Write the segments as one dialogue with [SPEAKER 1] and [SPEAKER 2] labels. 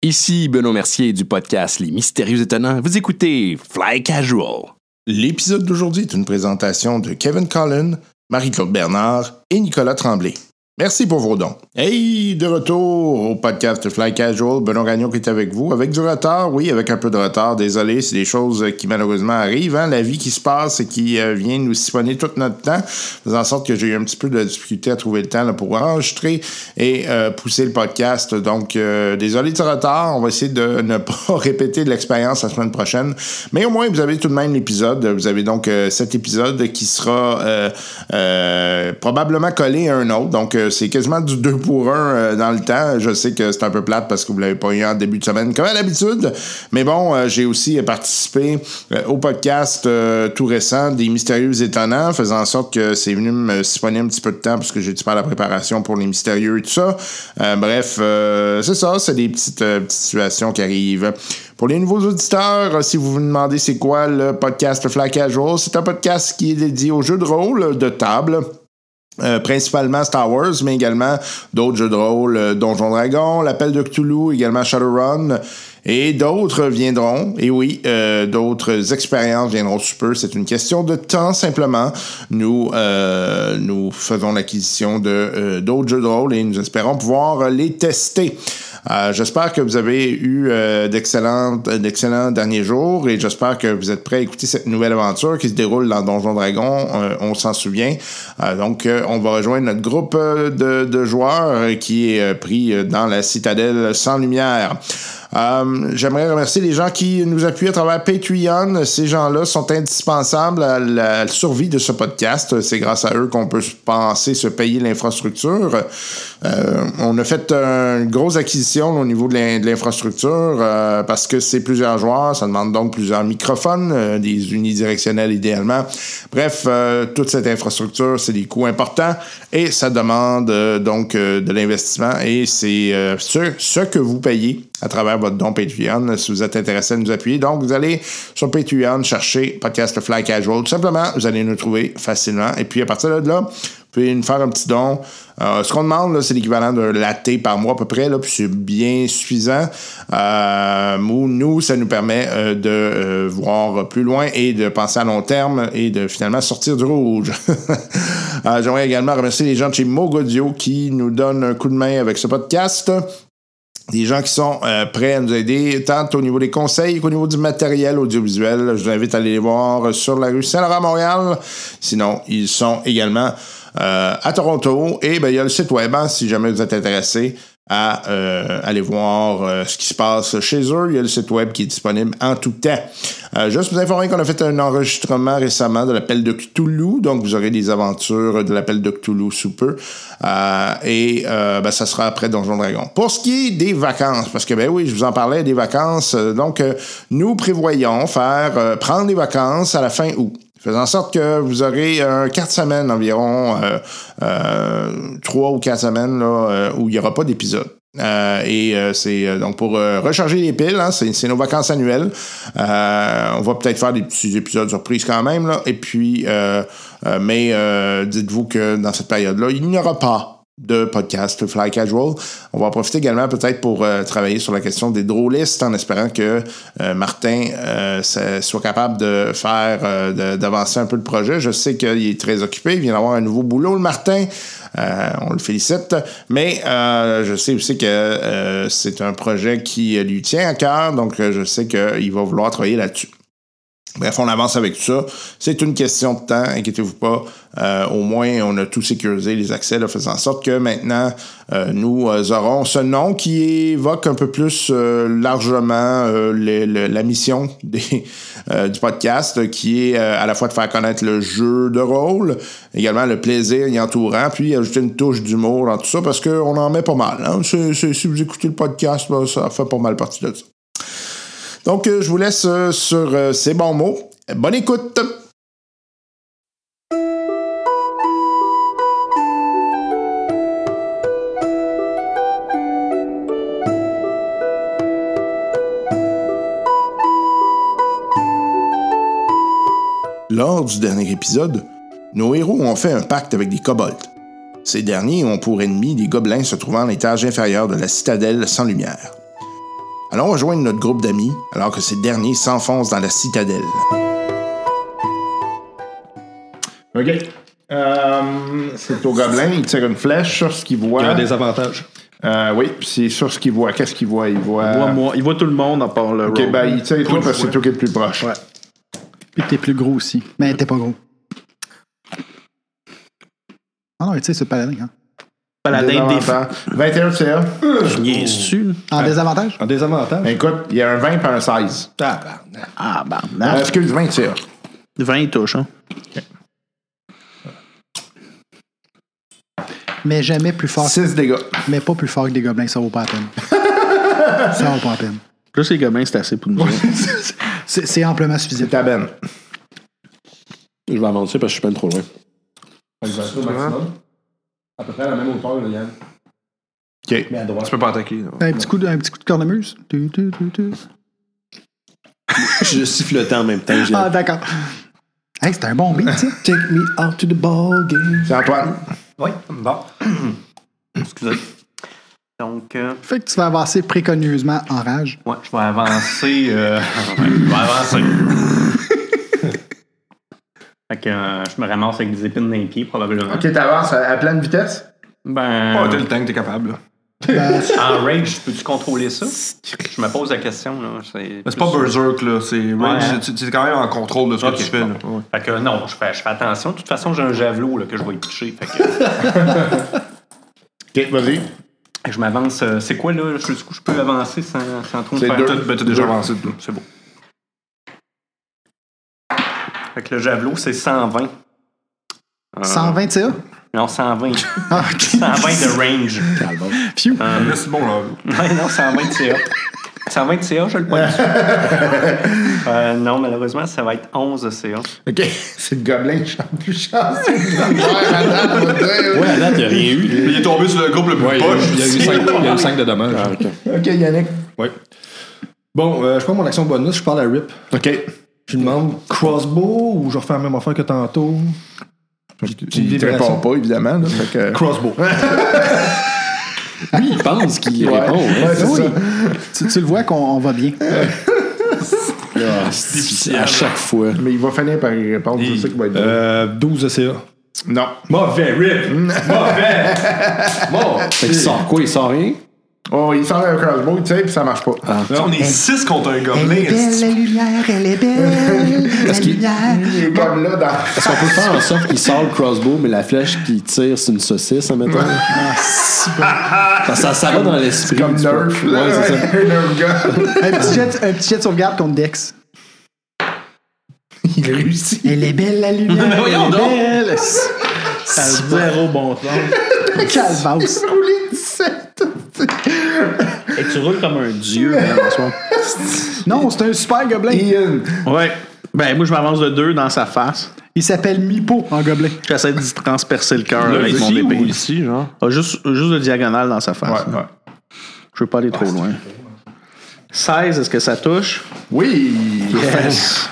[SPEAKER 1] Ici Benoît Mercier du podcast Les Mystérieux Étonnants. Vous écoutez Fly Casual.
[SPEAKER 2] L'épisode d'aujourd'hui est une présentation de Kevin Collin, Marie-Claude Bernard et Nicolas Tremblay. Merci pour vos dons. Hey, de retour au podcast Fly Casual, Benoît Gagnon qui est avec vous. Avec du retard, oui, avec un peu de retard, désolé, c'est des choses qui malheureusement arrivent. hein. La vie qui se passe et qui euh, vient nous siphonner tout notre temps, faisant en sorte que j'ai eu un petit peu de difficulté à trouver le temps là, pour enregistrer et euh, pousser le podcast. Donc, euh, désolé du retard, on va essayer de ne pas répéter de l'expérience la semaine prochaine. Mais au moins, vous avez tout de même l'épisode. Vous avez donc euh, cet épisode qui sera euh, euh, probablement collé à un autre. Donc, euh, c'est quasiment du 2 pour 1 dans le temps. Je sais que c'est un peu plate parce que vous l'avez pas eu en début de semaine, comme à l'habitude. Mais bon, euh, j'ai aussi euh, participé euh, au podcast euh, tout récent des Mystérieux Étonnants, faisant en sorte que c'est venu me siphonner un petit peu de temps parce que j'ai dû faire la préparation pour les Mystérieux et tout ça. Euh, bref, euh, c'est ça, c'est des petites, euh, petites situations qui arrivent. Pour les nouveaux auditeurs, euh, si vous vous demandez c'est quoi le podcast Fly Casual, c'est un podcast qui est dédié aux jeux de rôle de table. Euh, principalement Star Wars, mais également d'autres jeux de rôle, euh, Donjon Dragon, l'Appel de Cthulhu, également Shadowrun, et d'autres viendront. Et oui, euh, d'autres expériences viendront sous peu. C'est une question de temps simplement. Nous, euh, nous faisons l'acquisition de euh, d'autres jeux de rôle et nous espérons pouvoir euh, les tester. Euh, j'espère que vous avez eu euh, d'excellents d'excellents derniers jours et j'espère que vous êtes prêts à écouter cette nouvelle aventure qui se déroule dans Donjon Dragon. Euh, on s'en souvient. Euh, donc, euh, on va rejoindre notre groupe euh, de, de joueurs euh, qui est euh, pris euh, dans la citadelle sans lumière. Euh, J'aimerais remercier les gens qui nous appuient à travers Patreon. Ces gens-là sont indispensables à la survie de ce podcast. C'est grâce à eux qu'on peut penser se payer l'infrastructure. Euh, on a fait une grosse acquisition au niveau de l'in- de l'infrastructure euh, parce que c'est plusieurs joueurs. Ça demande donc plusieurs microphones, euh, des unidirectionnels idéalement. Bref, euh, toute cette infrastructure, c'est des coûts importants et ça demande euh, donc euh, de l'investissement et c'est euh, ce, ce que vous payez à travers votre don Patreon si vous êtes intéressé à nous appuyer. Donc, vous allez sur Patreon chercher Podcast Fly Casual. Tout simplement, vous allez nous trouver facilement. Et puis, à partir de là, vous pouvez nous faire un petit don. Euh, ce qu'on demande, là, c'est l'équivalent d'un latte par mois à peu près, là, puis c'est bien suffisant. Euh, nous, nous, ça nous permet euh, de euh, voir plus loin et de penser à long terme et de finalement sortir du rouge. Euh, J'aimerais également remercier les gens de chez Mogodio qui nous donnent un coup de main avec ce podcast des gens qui sont euh, prêts à nous aider, tant au niveau des conseils qu'au niveau du matériel audiovisuel. Je vous invite à aller les voir sur la rue Saint-Laurent à Montréal. Sinon, ils sont également euh, à Toronto. Et ben, il y a le site web, hein, si jamais vous êtes intéressé à euh, aller voir euh, ce qui se passe chez eux. Il y a le site web qui est disponible en tout temps. Euh, juste vous informer qu'on a fait un enregistrement récemment de l'appel de Cthulhu, donc vous aurez des aventures de l'appel de Cthulhu sous peu. Euh, et euh, ben, ça sera après Donjon Dragon. Pour ce qui est des vacances, parce que ben oui, je vous en parlais des vacances, euh, donc euh, nous prévoyons faire euh, prendre des vacances à la fin août. Faisant en sorte que vous aurez euh, quatre semaines environ, euh, euh, trois ou quatre semaines là, euh, où il n'y aura pas d'épisode. Euh, et euh, c'est euh, donc pour euh, recharger les piles, hein, c'est c'est nos vacances annuelles. Euh, on va peut-être faire des petits épisodes surprises quand même, là. Et puis, euh, euh, mais euh, dites-vous que dans cette période-là, il n'y aura pas de podcast Fly Casual. On va en profiter également peut-être pour euh, travailler sur la question des drôlistes en espérant que euh, Martin euh, ça- soit capable de faire euh, de- d'avancer un peu le projet. Je sais qu'il est très occupé, il vient d'avoir un nouveau boulot le Martin. Euh, on le félicite, mais euh, je sais aussi que euh, c'est un projet qui euh, lui tient à cœur, donc euh, je sais qu'il va vouloir travailler là-dessus. Bref, on avance avec tout ça. C'est une question de temps, inquiétez-vous pas. Euh, au moins, on a tout sécurisé les accès, là, faisant en sorte que maintenant, euh, nous euh, aurons ce nom qui évoque un peu plus euh, largement euh, les- le- la mission des, euh, du podcast, euh, qui est euh, à la fois de faire connaître le jeu de rôle, également le plaisir y entourant, puis ajouter une touche d'humour dans tout ça, parce qu'on en met pas mal. hein. C'est- c'est- si vous écoutez le podcast, là, ça fait pas mal partie de ça. Donc, euh, je vous laisse euh, sur euh, ces bons mots. Bonne écoute! Lors du dernier épisode, nos héros ont fait un pacte avec des kobolds. Ces derniers ont pour ennemis des gobelins se trouvant à l'étage inférieur de la citadelle sans lumière.
[SPEAKER 3] Allons rejoindre notre groupe d'amis alors que ces derniers s'enfoncent dans la citadelle. OK. Euh, c'est au gobelin, il tire une flèche sur ce qu'il
[SPEAKER 4] Il y a
[SPEAKER 3] voit.
[SPEAKER 4] un désavantage.
[SPEAKER 3] Euh, oui, puis c'est sur ce qu'il voit. Qu'est-ce qu'il voit? Il voit.
[SPEAKER 4] Il voit moi, il voit tout le monde à part le
[SPEAKER 3] Ah. OK,
[SPEAKER 4] rogue.
[SPEAKER 3] ben, il tire toi parce que c'est
[SPEAKER 4] Ouais.
[SPEAKER 3] toi qui es le plus proche.
[SPEAKER 4] Ouais.
[SPEAKER 5] Puis t'es plus gros aussi. Mais t'es pas gros. Ah non, mais tu sais, c'est le paladin. Hein.
[SPEAKER 4] Paladin des
[SPEAKER 3] Désavantage. 21 de CA.
[SPEAKER 1] Bien sûr.
[SPEAKER 5] En désavantage?
[SPEAKER 4] Un désavantage?
[SPEAKER 3] Écoute, il y a un 20 et un 16.
[SPEAKER 4] Tabarnak.
[SPEAKER 5] Ah, bah,
[SPEAKER 3] Euh, excuse, 20 tirs.
[SPEAKER 4] 20 touches, hein?
[SPEAKER 5] Mais jamais plus fort,
[SPEAKER 3] 6 dégâts.
[SPEAKER 5] mais pas plus fort que des gobelins, ça vaut pas la peine. ça vaut pas la peine.
[SPEAKER 4] Plus les gobelins, c'est assez pour nous. autres.
[SPEAKER 5] C'est c'est amplement suffisant.
[SPEAKER 3] C'est ta benne.
[SPEAKER 1] Je vais avancer parce que je suis pas trop loin.
[SPEAKER 6] À peu près à la même hauteur, là, Yann.
[SPEAKER 3] OK.
[SPEAKER 6] Mais à droite.
[SPEAKER 7] Tu peux pas attaquer. non.
[SPEAKER 5] Un petit coup de, un petit coup de cornemuse. Tu, tu, tu, tu.
[SPEAKER 1] Je sifflotais en même temps. j'ai-
[SPEAKER 5] Ah, d'accord. Hey, c'était un bon beat, ça.
[SPEAKER 7] Take me out to the ball game.
[SPEAKER 3] C'est Antoine.
[SPEAKER 6] Oui, bon. Excusez. Donc, euh,
[SPEAKER 5] Fait que tu vas avancer préconieusement en rage.
[SPEAKER 6] ouais, je vais avancer. euh, je vais avancer. fait que euh, je me ramasse avec des épines dans les pieds, probablement.
[SPEAKER 3] OK, t'avances à, à pleine vitesse.
[SPEAKER 6] Ben,
[SPEAKER 7] Oh, t'as le temps que t'es capable. là.
[SPEAKER 6] en rage, peux-tu contrôler ça? Je me pose la question, là. C'est
[SPEAKER 7] Mais C'est pas
[SPEAKER 6] plus-
[SPEAKER 7] berserk, là. C'est
[SPEAKER 6] Ouais. hein?
[SPEAKER 7] range. Tu tu es quand même en contrôle de ce
[SPEAKER 6] Ok,
[SPEAKER 7] que tu fais. là.
[SPEAKER 6] bon. Fait que non, je fais, je fais attention. De toute façon, j'ai un javelot là, que je vais y toucher. Fait que
[SPEAKER 3] OK, vas-y.
[SPEAKER 6] fait que je m'avance. euh, C'est quoi, là? Je, du coup, je peux avancer sans, sans trop me
[SPEAKER 3] C'est
[SPEAKER 6] faire...
[SPEAKER 3] deux.
[SPEAKER 7] T'as- ben, T'as déjà avancé. toi.
[SPEAKER 6] C'est beau. Fait que le javelot, c'est 120. Euh,
[SPEAKER 5] 120 TA?
[SPEAKER 6] Non, 120. 120
[SPEAKER 5] Ah, ok.
[SPEAKER 6] de range. Euh,
[SPEAKER 5] Phew.
[SPEAKER 7] Mais c'est bon, là.
[SPEAKER 6] Ouais, non, 120 de CA. 120 de CA, je le pointe. euh, non, malheureusement, ça va être 11 de CA.
[SPEAKER 3] OK. C'est le gobelin qui chante plus chanceux. que la mère à date, faut dire.
[SPEAKER 1] Ouais, à date, il a rien eu.
[SPEAKER 7] Il est tombé sur le groupe le plus
[SPEAKER 4] Ouais, il y a-
[SPEAKER 7] poche.
[SPEAKER 4] il y a eu 5, de dommages.
[SPEAKER 3] Ah, OK, Yannick.
[SPEAKER 4] Ouais. Bon, euh, je prends mon action bonus, je parle à Rip.
[SPEAKER 3] OK.
[SPEAKER 4] Je lui demande crossbow ou je refais la même affaire que tantôt.
[SPEAKER 3] Tu ne réponds pas, évidemment. Là, fait que...
[SPEAKER 4] Crossbow.
[SPEAKER 1] Lui, il pense qu'il
[SPEAKER 3] Ouais,
[SPEAKER 1] répond. hein.
[SPEAKER 3] ouais, c'est
[SPEAKER 5] Oui.
[SPEAKER 3] ça.
[SPEAKER 5] Tu, tu le vois qu'on on va bien.
[SPEAKER 1] Ah, c'est difficile à chaque fois.
[SPEAKER 3] Mais il va finir par y répondre. C'est ça qui va être drôle.
[SPEAKER 4] Euh, 12 de CA.
[SPEAKER 3] Non.
[SPEAKER 7] Mauvais rip. Mauvais. Bon.
[SPEAKER 1] Fait qu'il sort quoi? Il sort rien?
[SPEAKER 3] Oh, il sort un crossbow, tu sais, puis ça marche pas.
[SPEAKER 7] Là, on est 6 contre un gobelet.
[SPEAKER 5] la lumière, elle est belle. La lumière.
[SPEAKER 3] Il est comme là dans.
[SPEAKER 1] Est-ce qu'on peut faire en sorte qu'il sort le crossbow, mais la flèche qu'il tire, c'est une saucisse, admettons?
[SPEAKER 5] Ah, super.
[SPEAKER 1] Parce que ça, ça va dans l'esprit.
[SPEAKER 3] Comme
[SPEAKER 1] du peu.
[SPEAKER 3] Nerf, là.
[SPEAKER 1] Ouais, c'est ça.
[SPEAKER 3] ouais, Nerf gun.
[SPEAKER 5] Un petit, jet, un petit jet de sauvegarde contre Dex.
[SPEAKER 3] Il réussit.
[SPEAKER 5] Elle est belle, la lumière.
[SPEAKER 7] Mais voyons
[SPEAKER 5] elle est
[SPEAKER 7] donc.
[SPEAKER 5] belle.
[SPEAKER 4] À zéro bon temps.
[SPEAKER 5] Calvasse.
[SPEAKER 3] Roulé 17.
[SPEAKER 4] Et tu roules comme un dieu, là, bonsoir.
[SPEAKER 5] Non, c'est un super gobelin.
[SPEAKER 3] Ian.
[SPEAKER 4] Ouais. Ben, moi, je m'avance de deux dans sa face.
[SPEAKER 5] Il s'appelle Mipo en gobelin.
[SPEAKER 4] J'essaie de transpercer le cœur
[SPEAKER 7] Là,
[SPEAKER 4] avec mon
[SPEAKER 7] ici ou
[SPEAKER 4] épée.
[SPEAKER 7] ici, genre.
[SPEAKER 4] Ah, juste, juste de diagonale dans sa face.
[SPEAKER 3] Ouais, ouais.
[SPEAKER 4] Je veux pas aller trop loin. 16, est-ce que ça touche?
[SPEAKER 3] Oui.
[SPEAKER 4] Yes!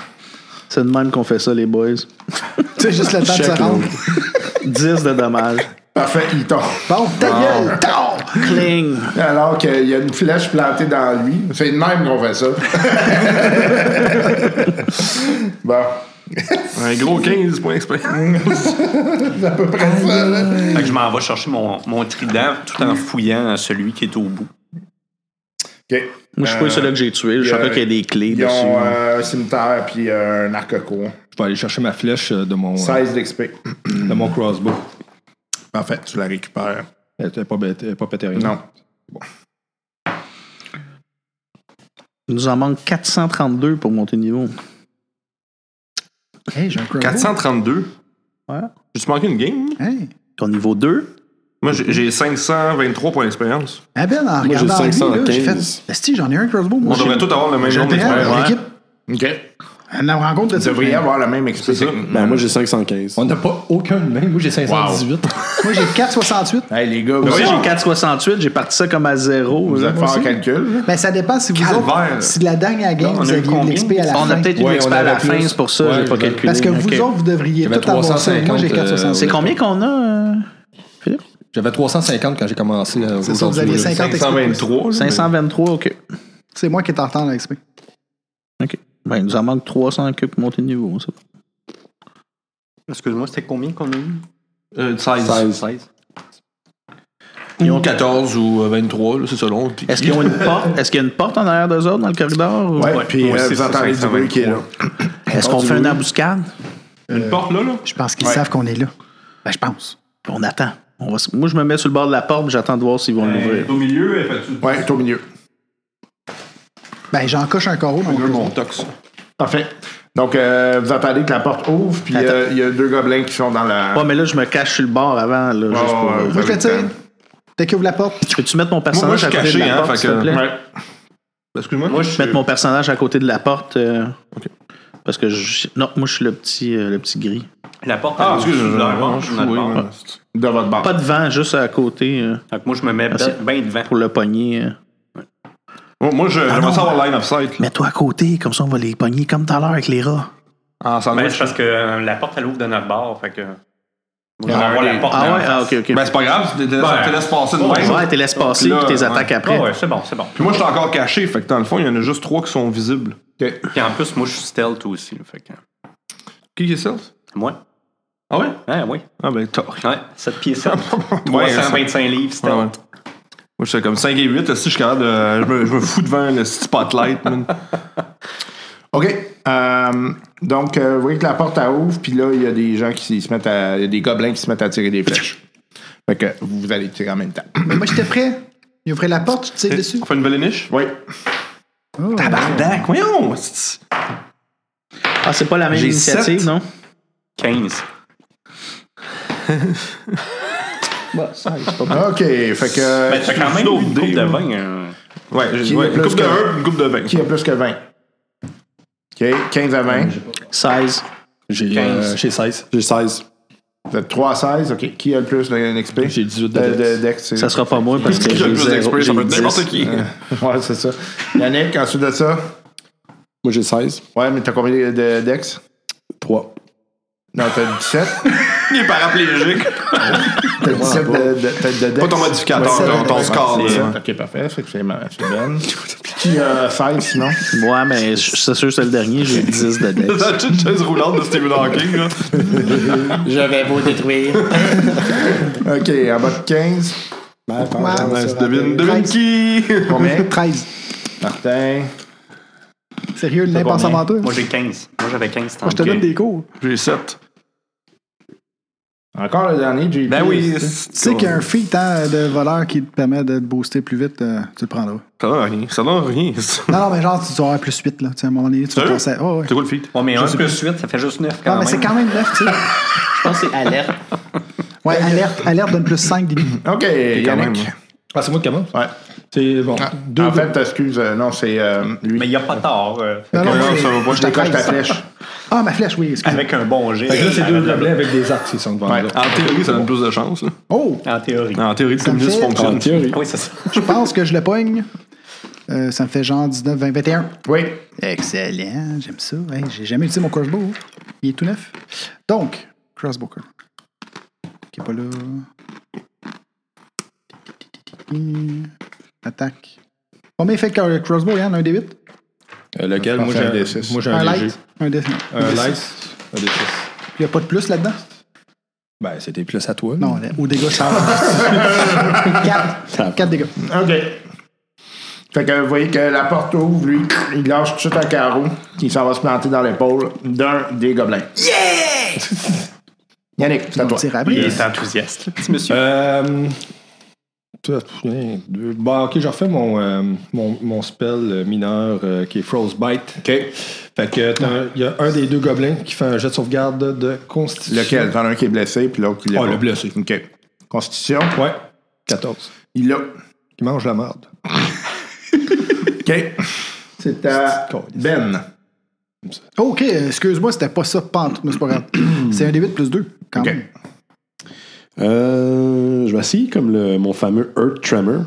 [SPEAKER 4] C'est de même qu'on fait ça, les boys.
[SPEAKER 5] Tu sais, juste le temps de se rendre.
[SPEAKER 4] 10 de dommages.
[SPEAKER 3] Parfait, il tombe.
[SPEAKER 5] Bon, ta gueule. tard.
[SPEAKER 4] Cling!
[SPEAKER 3] Alors qu'il y a une flèche plantée dans lui. C'est de même qu'on fait ça. bon.
[SPEAKER 7] Un gros 15 points expérience.
[SPEAKER 6] Fait que je m'en vais chercher mon, mon trident tout en fouillant celui qui est au bout.
[SPEAKER 3] OK.
[SPEAKER 4] Moi, je suis pas celui que j'ai tué.
[SPEAKER 3] Euh, y
[SPEAKER 4] Je
[SPEAKER 3] a-
[SPEAKER 4] savais qu'il y a des clés
[SPEAKER 3] Ils
[SPEAKER 4] dessus.
[SPEAKER 3] ont euh, un cimetière puis euh, un arc à courant.
[SPEAKER 4] Je vais aller chercher ma flèche euh, de mon, euh,
[SPEAKER 3] 16 d'XP.
[SPEAKER 4] de mon crossbow.
[SPEAKER 3] En fait, tu la récupères.
[SPEAKER 4] Elle était pas, bête- elle était pas pétée, rien.
[SPEAKER 3] Non.
[SPEAKER 4] Il nous en manque 432 pour monter de niveau.
[SPEAKER 5] Hey, j'ai un crossbow.
[SPEAKER 7] 432.
[SPEAKER 4] Ouais.
[SPEAKER 7] J'ai-tu manqué une game?
[SPEAKER 5] Hey.
[SPEAKER 4] Ton niveau 2?
[SPEAKER 7] Moi, j'ai j'ai 523 points d'expérience.
[SPEAKER 5] Ah ben, en
[SPEAKER 1] Moi, j'ai
[SPEAKER 5] regardant lui, là, j'ai
[SPEAKER 1] 515.
[SPEAKER 5] fait... Si, j'en ai un crossbow.
[SPEAKER 7] On
[SPEAKER 5] Moi,
[SPEAKER 7] devrait
[SPEAKER 5] j'ai-
[SPEAKER 7] tous avoir le même
[SPEAKER 5] j'ai
[SPEAKER 7] nombre
[SPEAKER 5] intérêt à
[SPEAKER 7] d'expérience.
[SPEAKER 5] l'équipe.
[SPEAKER 3] OK.
[SPEAKER 5] Une rencontre de
[SPEAKER 3] Vous devriez avoir la même XP.
[SPEAKER 7] ça.
[SPEAKER 2] Mm-hmm.
[SPEAKER 1] Ben, moi, j'ai 515.
[SPEAKER 4] n'a pas aucun de même. Moi, j'ai 518.
[SPEAKER 5] Moi, j'ai 4,68.
[SPEAKER 3] Hey, les
[SPEAKER 2] Ben
[SPEAKER 3] gars, vous,
[SPEAKER 4] Moi,
[SPEAKER 3] êtes-
[SPEAKER 4] j'ai 468. J'ai parti ça comme à zéro.
[SPEAKER 3] vous
[SPEAKER 4] là.
[SPEAKER 3] êtes fort en calcul. là.
[SPEAKER 5] Ben, ça dépend si vous
[SPEAKER 7] Calvaire.
[SPEAKER 5] autres, si de la dernière game,
[SPEAKER 6] Là, on
[SPEAKER 5] vous
[SPEAKER 6] a eu
[SPEAKER 5] aviez de
[SPEAKER 6] combien?
[SPEAKER 5] l'XP à la
[SPEAKER 4] On
[SPEAKER 5] fin.
[SPEAKER 4] a peut-être
[SPEAKER 5] Ouais.
[SPEAKER 4] une
[SPEAKER 7] Ouais,
[SPEAKER 4] XP
[SPEAKER 7] on
[SPEAKER 4] à la
[SPEAKER 7] avait
[SPEAKER 4] fin,
[SPEAKER 7] plus.
[SPEAKER 4] c'est pour ça,
[SPEAKER 7] Ouais,
[SPEAKER 4] j'ai pas
[SPEAKER 7] j'avais-
[SPEAKER 4] calculé.
[SPEAKER 5] Parce que
[SPEAKER 4] Ok.
[SPEAKER 5] vous autres, vous devriez
[SPEAKER 8] J'avais
[SPEAKER 5] tout avoir ça. Moi, j'ai
[SPEAKER 8] 350, euh,
[SPEAKER 5] 4,68.
[SPEAKER 4] C'est combien qu'on a? euh, Philippe?
[SPEAKER 8] J'avais 350 quand j'ai commencé. euh,
[SPEAKER 5] C'est ça, vous
[SPEAKER 8] aujourd'hui,
[SPEAKER 5] aviez
[SPEAKER 8] là.
[SPEAKER 5] 50 XP.
[SPEAKER 7] 523. là, mais-
[SPEAKER 4] 523, ok.
[SPEAKER 5] C'est moi qui est en retard à l'XP.
[SPEAKER 4] OK. Ben, il nous en manque 300 que pour monter de niveau. Ça.
[SPEAKER 6] Excuse-moi, c'était combien qu'on a eu?
[SPEAKER 7] Euh, 16.
[SPEAKER 6] 16.
[SPEAKER 7] Ils ont 14 ou euh, 23, là, c'est selon. Puis-
[SPEAKER 4] Est-ce qu'ils ont une porte? Est-ce qu'il y a une porte en arrière d'eux autres dans le corridor? ou-
[SPEAKER 2] Ouais,
[SPEAKER 7] Ouais,
[SPEAKER 2] puis
[SPEAKER 7] ouais,
[SPEAKER 2] euh,
[SPEAKER 7] c'est
[SPEAKER 2] vous
[SPEAKER 7] ça,
[SPEAKER 2] entendez du bruit qui est là.
[SPEAKER 4] Est-ce qu'on fait une embuscade?
[SPEAKER 3] Euh,
[SPEAKER 7] Une porte là, là?
[SPEAKER 5] Je pense qu'ils savent qu'on est là. Ben, je pense.
[SPEAKER 4] Puis on attend. On va se- Moi, je me mets sur le bord de la porte, puis j'attends de voir s'ils vont l'ouvrir.
[SPEAKER 7] au milieu, elle fait-tu
[SPEAKER 2] Ouais, elle est au milieu.
[SPEAKER 5] Ben, j'en coche un carreau. donc-
[SPEAKER 7] mon tox?
[SPEAKER 2] Parfait. Donc, euh, vous entendez que la porte ouvre, puis euh, il y a deux gobelins qui sont dans la.
[SPEAKER 4] Ouais, mais là, je me cache sur le bord avant. Là, juste pour-
[SPEAKER 2] Ouais,
[SPEAKER 4] euh,
[SPEAKER 2] ouais,
[SPEAKER 5] Moi, je
[SPEAKER 2] vous
[SPEAKER 5] le
[SPEAKER 2] avez le
[SPEAKER 5] tire.
[SPEAKER 2] temps.
[SPEAKER 5] Dès qu'il ouvre la porte,
[SPEAKER 4] Peux-tu mettre mon
[SPEAKER 7] Moi, moi,
[SPEAKER 4] personnage
[SPEAKER 7] je suis
[SPEAKER 4] à côté
[SPEAKER 7] caché,
[SPEAKER 4] de la
[SPEAKER 7] hein,
[SPEAKER 4] porte,
[SPEAKER 7] fait
[SPEAKER 4] s'il te
[SPEAKER 7] que...
[SPEAKER 4] plaît?
[SPEAKER 2] Ouais.
[SPEAKER 7] Excuse-moi. Moi, je
[SPEAKER 4] Mettre mon personnage à côté de la porte. euh, Parce que je... Non, moi, je suis le petit, euh, le petit gris.
[SPEAKER 6] La porte,
[SPEAKER 7] Ah,
[SPEAKER 6] elle est
[SPEAKER 7] excuse, je
[SPEAKER 6] au-dessus de la porte,
[SPEAKER 7] je
[SPEAKER 6] notre porte.
[SPEAKER 2] De votre barre.
[SPEAKER 4] Pas devant, juste à côté euh,
[SPEAKER 6] Fait que moi, je me mets
[SPEAKER 4] Merci.
[SPEAKER 6] bien bien devant.
[SPEAKER 4] pour le pogner. euh.
[SPEAKER 7] Moi, moi, je- j'aimerais
[SPEAKER 4] non.
[SPEAKER 7] ça avoir line of sight. là.
[SPEAKER 4] Mets-toi à côté, comme ça, on va les pogner comme tout à l'heure avec les rats.
[SPEAKER 7] En
[SPEAKER 6] Ben,
[SPEAKER 7] sandwich.
[SPEAKER 6] c'est parce que euh, la porte, elle ouvre de notre bar. Fait que. euh, Moi, je vais
[SPEAKER 7] Ah,
[SPEAKER 6] avoir
[SPEAKER 7] ouais.
[SPEAKER 6] la porte.
[SPEAKER 4] Ah
[SPEAKER 6] dans
[SPEAKER 4] ouais?
[SPEAKER 6] la
[SPEAKER 4] Ah,
[SPEAKER 6] face.
[SPEAKER 4] ok, ok.
[SPEAKER 7] Ben, c'est pas grave, tu
[SPEAKER 6] Ben,
[SPEAKER 7] te laisses passer de
[SPEAKER 6] ouais,
[SPEAKER 7] même.
[SPEAKER 4] ouais, t'es laisse passer,
[SPEAKER 7] là,
[SPEAKER 4] puis tes
[SPEAKER 7] ouais.
[SPEAKER 4] attaques
[SPEAKER 6] Ah
[SPEAKER 4] après.
[SPEAKER 6] ouais, c'est bon, c'est bon.
[SPEAKER 7] Puis moi, je suis encore caché, fait que dans le fond, il y en a juste trois qui sont visibles.
[SPEAKER 2] Ok.
[SPEAKER 6] Puis en plus, moi, je suis stealth aussi. Fait que.
[SPEAKER 7] Qui qui est stealth?
[SPEAKER 6] Moi?
[SPEAKER 7] Ah ouais?
[SPEAKER 6] Ah oui.
[SPEAKER 7] Ah ben, t'as
[SPEAKER 6] Ouais, 7 pieds 7.
[SPEAKER 7] Ouais, ça-
[SPEAKER 6] 325 livres,
[SPEAKER 7] Ouais, ouais. Moi,
[SPEAKER 6] stealth.
[SPEAKER 7] je suis comme 5 et 8, là, si je suis capable de. Je me, je me fous devant le spotlight, man.
[SPEAKER 2] OK. Euh, donc, euh, vous voyez que la porte elle ouvre, puis là, il y a des gens qui se mettent à. Il y a des gobelins qui se mettent à tirer des flèches. Fait que vous allez tirer en même temps.
[SPEAKER 5] ben, moi, j'étais prêt. Il ouvrait la porte, tu tires dessus.
[SPEAKER 7] On fait une belle niche?
[SPEAKER 2] Oui.
[SPEAKER 5] Oh.
[SPEAKER 7] Tabarnak, voyons! c'est-
[SPEAKER 4] Ah, c'est pas la même
[SPEAKER 7] J'ai
[SPEAKER 4] initiative,
[SPEAKER 7] sept.
[SPEAKER 4] non?
[SPEAKER 6] 15.
[SPEAKER 2] OK. Fait
[SPEAKER 3] Euh,
[SPEAKER 2] que.
[SPEAKER 6] Ben, t'as quand même une coupe de vin. euh,
[SPEAKER 7] Ouais,
[SPEAKER 2] Qui
[SPEAKER 7] j'ai-
[SPEAKER 2] est
[SPEAKER 7] ouais,
[SPEAKER 2] plus
[SPEAKER 7] une coupe de
[SPEAKER 2] que-
[SPEAKER 7] 1, une coupe de 20.
[SPEAKER 2] Qui a plus que 20? OK. 15 à 20.
[SPEAKER 4] 16.
[SPEAKER 3] J'ai euh, j'ai 16. J'ai 16.
[SPEAKER 2] Vous êtes 3 à 16. OK. Qui a le plus d'XP?
[SPEAKER 3] J'ai 18 de
[SPEAKER 2] Euh,
[SPEAKER 3] dex.
[SPEAKER 2] dex, c'est-
[SPEAKER 4] Ça sera pas moi parce que
[SPEAKER 7] Qui a
[SPEAKER 4] j'ai
[SPEAKER 7] le plus
[SPEAKER 4] zéro,
[SPEAKER 7] d'expérience? Ça peut être
[SPEAKER 4] j'ai
[SPEAKER 7] n'importe
[SPEAKER 4] 10.
[SPEAKER 7] qui.
[SPEAKER 2] Ouais, c'est ça. Yannick, ensuite de ça?
[SPEAKER 3] Moi, j'ai 16.
[SPEAKER 2] Ouais, mais t'as combien de- de dex?
[SPEAKER 3] 3.
[SPEAKER 2] Non, t'as 17.
[SPEAKER 7] Il est paraplégique.
[SPEAKER 2] T'as 17 de, de, de, de dex.
[SPEAKER 7] Pas ton modificateur,
[SPEAKER 2] Ouais,
[SPEAKER 7] ton- ton
[SPEAKER 2] ouais,
[SPEAKER 7] score,
[SPEAKER 2] c'est
[SPEAKER 7] là.
[SPEAKER 2] ça. Ok, parfait. Fait que c'est ma- c'est bonne. Qui a 16 sinon?
[SPEAKER 4] Ouais, mais je- c'est sûr que c'est le dernier, j'ai 10 de dex.
[SPEAKER 7] C'est une chaise roulante de Stephen Hawking, là.
[SPEAKER 2] Ok, en bas de 15.
[SPEAKER 3] Ben,
[SPEAKER 5] Ouais,
[SPEAKER 7] Ouais,
[SPEAKER 5] ça
[SPEAKER 7] c'est
[SPEAKER 5] va.
[SPEAKER 7] devine, devine
[SPEAKER 5] 13.
[SPEAKER 7] qui?
[SPEAKER 2] Combien?
[SPEAKER 5] 13.
[SPEAKER 2] Martin.
[SPEAKER 5] Sérieux, le nain passe avant toi.
[SPEAKER 6] Moi,
[SPEAKER 5] Moi,
[SPEAKER 6] j'ai 15. Moi, j'avais 15
[SPEAKER 5] je te
[SPEAKER 6] tantôt.
[SPEAKER 5] donne des cours.
[SPEAKER 7] J'ai 7.
[SPEAKER 2] Encore le dernier, JP.
[SPEAKER 7] Ben oui,
[SPEAKER 5] Tu sais qu'il y a un feat hein, de voleur qui te permet de te booster plus vite, euh, tu le prendras.
[SPEAKER 7] Ça donne rien. Ça donne rien. ça.
[SPEAKER 5] Non, non, mais genre, tu vas avoir plus 8, là. Tu sais, à un moment donné, tu vas
[SPEAKER 7] Sérieux?
[SPEAKER 5] passer. Oh, ouais.
[SPEAKER 7] C'est quoi le feat?
[SPEAKER 6] Ouais, mais 1 plus 8, ça fait juste 9 quand
[SPEAKER 5] Non, mais c'est
[SPEAKER 6] même.
[SPEAKER 5] quand même 9, tu sais.
[SPEAKER 6] Je pense que c'est alerte.
[SPEAKER 5] Ouais, alerte, alerte donne plus 5 des
[SPEAKER 2] Ok, Yannick.
[SPEAKER 7] même.
[SPEAKER 3] Ah, c'est moi qui commence?
[SPEAKER 2] Ouais.
[SPEAKER 3] C'est bon.
[SPEAKER 2] Ah,
[SPEAKER 3] Deux
[SPEAKER 2] en fait, excuse, euh, non, c'est euh, lui.
[SPEAKER 6] Mais il n'y a pas tard. euh,
[SPEAKER 5] Non, non,
[SPEAKER 2] non,
[SPEAKER 5] c'est-
[SPEAKER 2] ça va pas, je décoche ta flèche.
[SPEAKER 5] Ah, ma flèche, oui, excuse.
[SPEAKER 6] Avec un bon jet.
[SPEAKER 3] Fait que là, c'est
[SPEAKER 6] euh,
[SPEAKER 3] deux gobelets avec des arcs qui sont devant
[SPEAKER 2] Ouais.
[SPEAKER 3] nous.
[SPEAKER 7] En théorie, ça donne plus de chance. là.
[SPEAKER 5] Oh,
[SPEAKER 6] En théorie.
[SPEAKER 7] En théorie, le
[SPEAKER 5] Ça me
[SPEAKER 7] communisme
[SPEAKER 5] fait-
[SPEAKER 3] En
[SPEAKER 7] fonctionne.
[SPEAKER 3] théorie.
[SPEAKER 6] Oui, c'est ça.
[SPEAKER 5] je pense que je le pogne. Euh, ça me fait genre 19, 20, 21.
[SPEAKER 2] Oui.
[SPEAKER 5] Excellent, j'aime ça. Hey, j'ai jamais utilisé mon crossbow. Il est tout neuf. Donc, crossbow. quoi. Qui est pas là. Attaque. Combien fait le crossbow, Yann? Un des 8
[SPEAKER 3] Euh, lequel?
[SPEAKER 2] Je pense
[SPEAKER 3] Moi,
[SPEAKER 2] que c'est un
[SPEAKER 3] j'ai
[SPEAKER 2] Euh,
[SPEAKER 3] un
[SPEAKER 2] des six.
[SPEAKER 3] Moi, j'ai
[SPEAKER 5] Un
[SPEAKER 3] un
[SPEAKER 5] light?
[SPEAKER 3] léger.
[SPEAKER 5] Un des
[SPEAKER 3] Un light? Un des six.
[SPEAKER 5] Il n'y a pas de plus là-dedans?
[SPEAKER 3] Ben, c'était plus à toi. là.
[SPEAKER 5] Non, au dégât, ça va. 4. 4 dégâts.
[SPEAKER 2] OK. Fait que vous voyez que la porte ouvre, lui, il lâche tout de suite un carreau, qui s'en va se planter dans l'épaule d'un des gobelins. Yeah! Yannick, c'est à
[SPEAKER 5] On
[SPEAKER 2] toi.
[SPEAKER 5] tire
[SPEAKER 6] Il
[SPEAKER 5] après.
[SPEAKER 6] est enthousiaste, le petit monsieur.
[SPEAKER 3] Euh. toi, putain, deux- Bon, ok, je refais mon, euh, mon, mon spell euh, mineur euh, qui est Frostbite.
[SPEAKER 2] OK.
[SPEAKER 3] Fait que t'as un- il y a un des deux gobelins qui fait un jet de sauvegarde de constitution.
[SPEAKER 2] Lequel? T'en as un qui est blessé, puis l'autre qui l'est
[SPEAKER 3] Ah,
[SPEAKER 2] pas.
[SPEAKER 3] le blessé.
[SPEAKER 2] OK. Constitution,
[SPEAKER 3] Ouais. 14.
[SPEAKER 2] il l'a.
[SPEAKER 3] Qui mange la merde.
[SPEAKER 2] OK. C'est à Ben.
[SPEAKER 5] Ok, excuse-moi, c'était pas ça, pente, mais c'est pas grave. C'est un des 8 plus 2, quand
[SPEAKER 2] Ok.
[SPEAKER 5] même.
[SPEAKER 3] Euh, je vais essayer comme le, mon fameux Earth Tremor.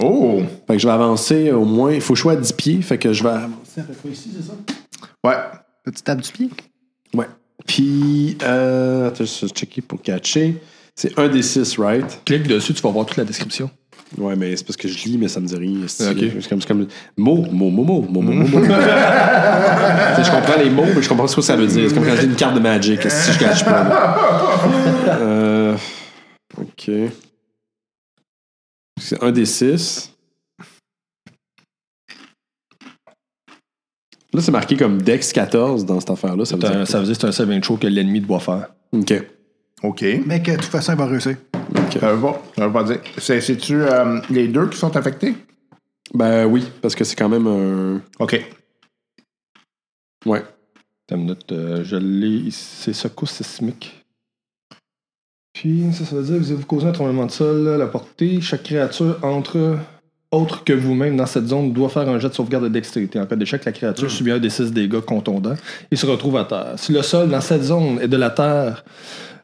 [SPEAKER 2] Oh!
[SPEAKER 3] Fait que je vais avancer au moins. Il faut que je sois à 10 pieds. Fait que je vais avancer à peu près ici, c'est ça?
[SPEAKER 2] Ouais.
[SPEAKER 5] Petite tape du pied.
[SPEAKER 3] Ouais. Puis, euh, attends, je vais checker pour catcher. C'est un des 6, right? Clique dessus, tu vas voir toute la description.
[SPEAKER 1] Ouais, mais c'est parce que je lis, mais ça me dit rien. C'est
[SPEAKER 9] Ok.
[SPEAKER 1] c'est comme, c'est comme mot, mot, mot, mot, mot, mot, mot, mot. Tu sais, je comprends les mots, mais je comprends pas ce que ça veut dire. C'est comme quand j'ai une carte de Magic. Si je cache pas. là. Euh, ok. C'est un des six. Là, c'est marqué comme Dex 14 dans cette affaire-là. Euh, Ça veut
[SPEAKER 9] C'est un-
[SPEAKER 1] dire.
[SPEAKER 9] Ça veut dire que c'est un saving throw que l'ennemi doit faire.
[SPEAKER 1] Ok.
[SPEAKER 3] OK.
[SPEAKER 5] Mais que de toute façon, il va réussir.
[SPEAKER 3] Ça veut pas, ça veut pas dire. C'est- C'est-tu euh, les deux qui sont affectés?
[SPEAKER 1] Ben oui, parce que c'est quand même un.
[SPEAKER 3] OK.
[SPEAKER 1] Ouais.
[SPEAKER 9] Attends une minute, euh, je l'ai ici. C'est secousse sismique. Puis, ça, ça veut dire que vous causez un tremblement de sol à la portée. Chaque créature entre autre que vous-même dans cette zone doit faire un jet de sauvegarde de dextérité. En cas d'échec, la créature
[SPEAKER 7] Hmm.
[SPEAKER 9] subit un des six dégâts contondants et se retrouve à terre. Si le sol dans cette zone est de la terre,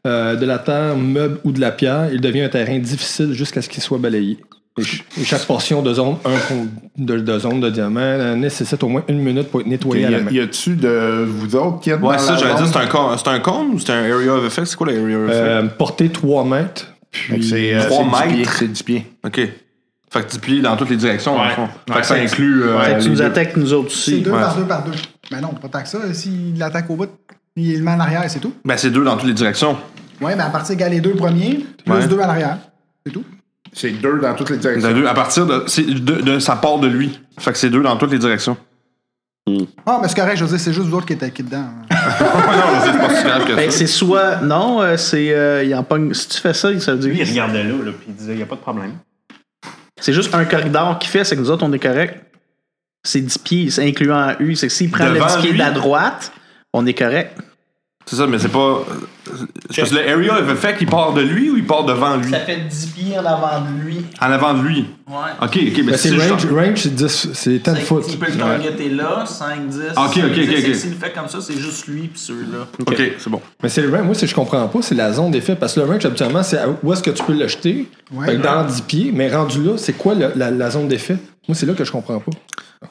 [SPEAKER 9] euh, de la terre, meuble ou de la pierre, il devient un terrain difficile jusqu'à ce qu'il soit balayé. Et ch- et chaque portion de zone, un con- de, de zone de diamant euh, nécessite au moins une minute pour être nettoyée
[SPEAKER 3] Y,
[SPEAKER 9] à la
[SPEAKER 3] a-
[SPEAKER 9] main.
[SPEAKER 3] y a-tu de vous autres qui êtes dans
[SPEAKER 7] Ouais, ça,
[SPEAKER 3] la
[SPEAKER 7] j'allais
[SPEAKER 3] zone?
[SPEAKER 7] dire, c'est un cône. C'est un cône ou c'est un area of effect? C'est quoi l'area of effect?
[SPEAKER 9] Euh, portée 3 mètres.
[SPEAKER 3] Fait que
[SPEAKER 9] Puis,
[SPEAKER 3] C'est euh,
[SPEAKER 7] Trois
[SPEAKER 3] c'est dix
[SPEAKER 7] mètres.
[SPEAKER 3] pieds, C'est 10 pieds.
[SPEAKER 7] OK. Fait que tu plies dans toutes les directions, dans le fond. Fait que ça inclut... euh,
[SPEAKER 4] Fait que tu
[SPEAKER 7] les
[SPEAKER 4] nous
[SPEAKER 7] deux.
[SPEAKER 4] attaques, nous autres
[SPEAKER 5] C'est
[SPEAKER 4] aussi.
[SPEAKER 5] deux
[SPEAKER 7] ouais.
[SPEAKER 5] par deux par deux. Mais non, pas tant que ça. S'il l'attaque au bout, il le met en arrière, c'est tout.
[SPEAKER 7] Ben, c'est deux dans toutes les directions.
[SPEAKER 5] Ouais, mais à partir égale les deux premiers, plus
[SPEAKER 7] Ouais.
[SPEAKER 5] deux à l'arrière. C'est tout.
[SPEAKER 3] C'est deux dans toutes les
[SPEAKER 7] Vous
[SPEAKER 3] directions.
[SPEAKER 7] avez deux à partir de, c'est de- de- Ça part de lui. Fait que c'est deux dans toutes les directions.
[SPEAKER 5] Ah, mais c'est correct, je veux dire, c'est juste vous autres qui étaient qui dedans.
[SPEAKER 7] Ah, non, mais c'est pas si grave que ça.
[SPEAKER 4] Ben, c'est soit. Non, euh, c'est. euh, il en pogne- Si tu fais ça, ça veut dire.
[SPEAKER 10] Lui, il regardait là, là, puis il disait, il n'y a pas de problème.
[SPEAKER 4] C'est juste un corridor qui fait, c'est que nous autres, on est correct. C'est 10 pieds, c'est incluant un U. C'est que s'il prend le
[SPEAKER 7] Devant
[SPEAKER 4] 10 pieds
[SPEAKER 7] lui.
[SPEAKER 4] de la droite, on est correct.
[SPEAKER 7] C'est ça, mais c'est pas. c'est Parce que le area of effect, il part de lui ou il part devant lui
[SPEAKER 4] fait 10 pieds en avant de lui.
[SPEAKER 7] En avant de lui.
[SPEAKER 4] Ouais.
[SPEAKER 7] Ok, ok, mais,
[SPEAKER 9] Ben,
[SPEAKER 7] si
[SPEAKER 9] c'est
[SPEAKER 7] je-
[SPEAKER 9] range, range c'est 10, c'est 10 foot.
[SPEAKER 4] est là, 5, 10.
[SPEAKER 7] Ah, ok, ok, ok, 10, ok. s'il
[SPEAKER 4] le fait comme ça, c'est juste lui puis ceux-là.
[SPEAKER 7] Ok, c'est bon.
[SPEAKER 9] Mais c'est le range, moi, c'est- je comprends pas, c'est la zone d'effet. Parce que le range, habituellement, c'est à- où est-ce que tu peux le jeter.
[SPEAKER 5] Ouais.
[SPEAKER 9] Fait que dans 10 pieds, mais rendu là, c'est quoi le- la, la zone d'effet? Moi, c'est là que je comprends pas.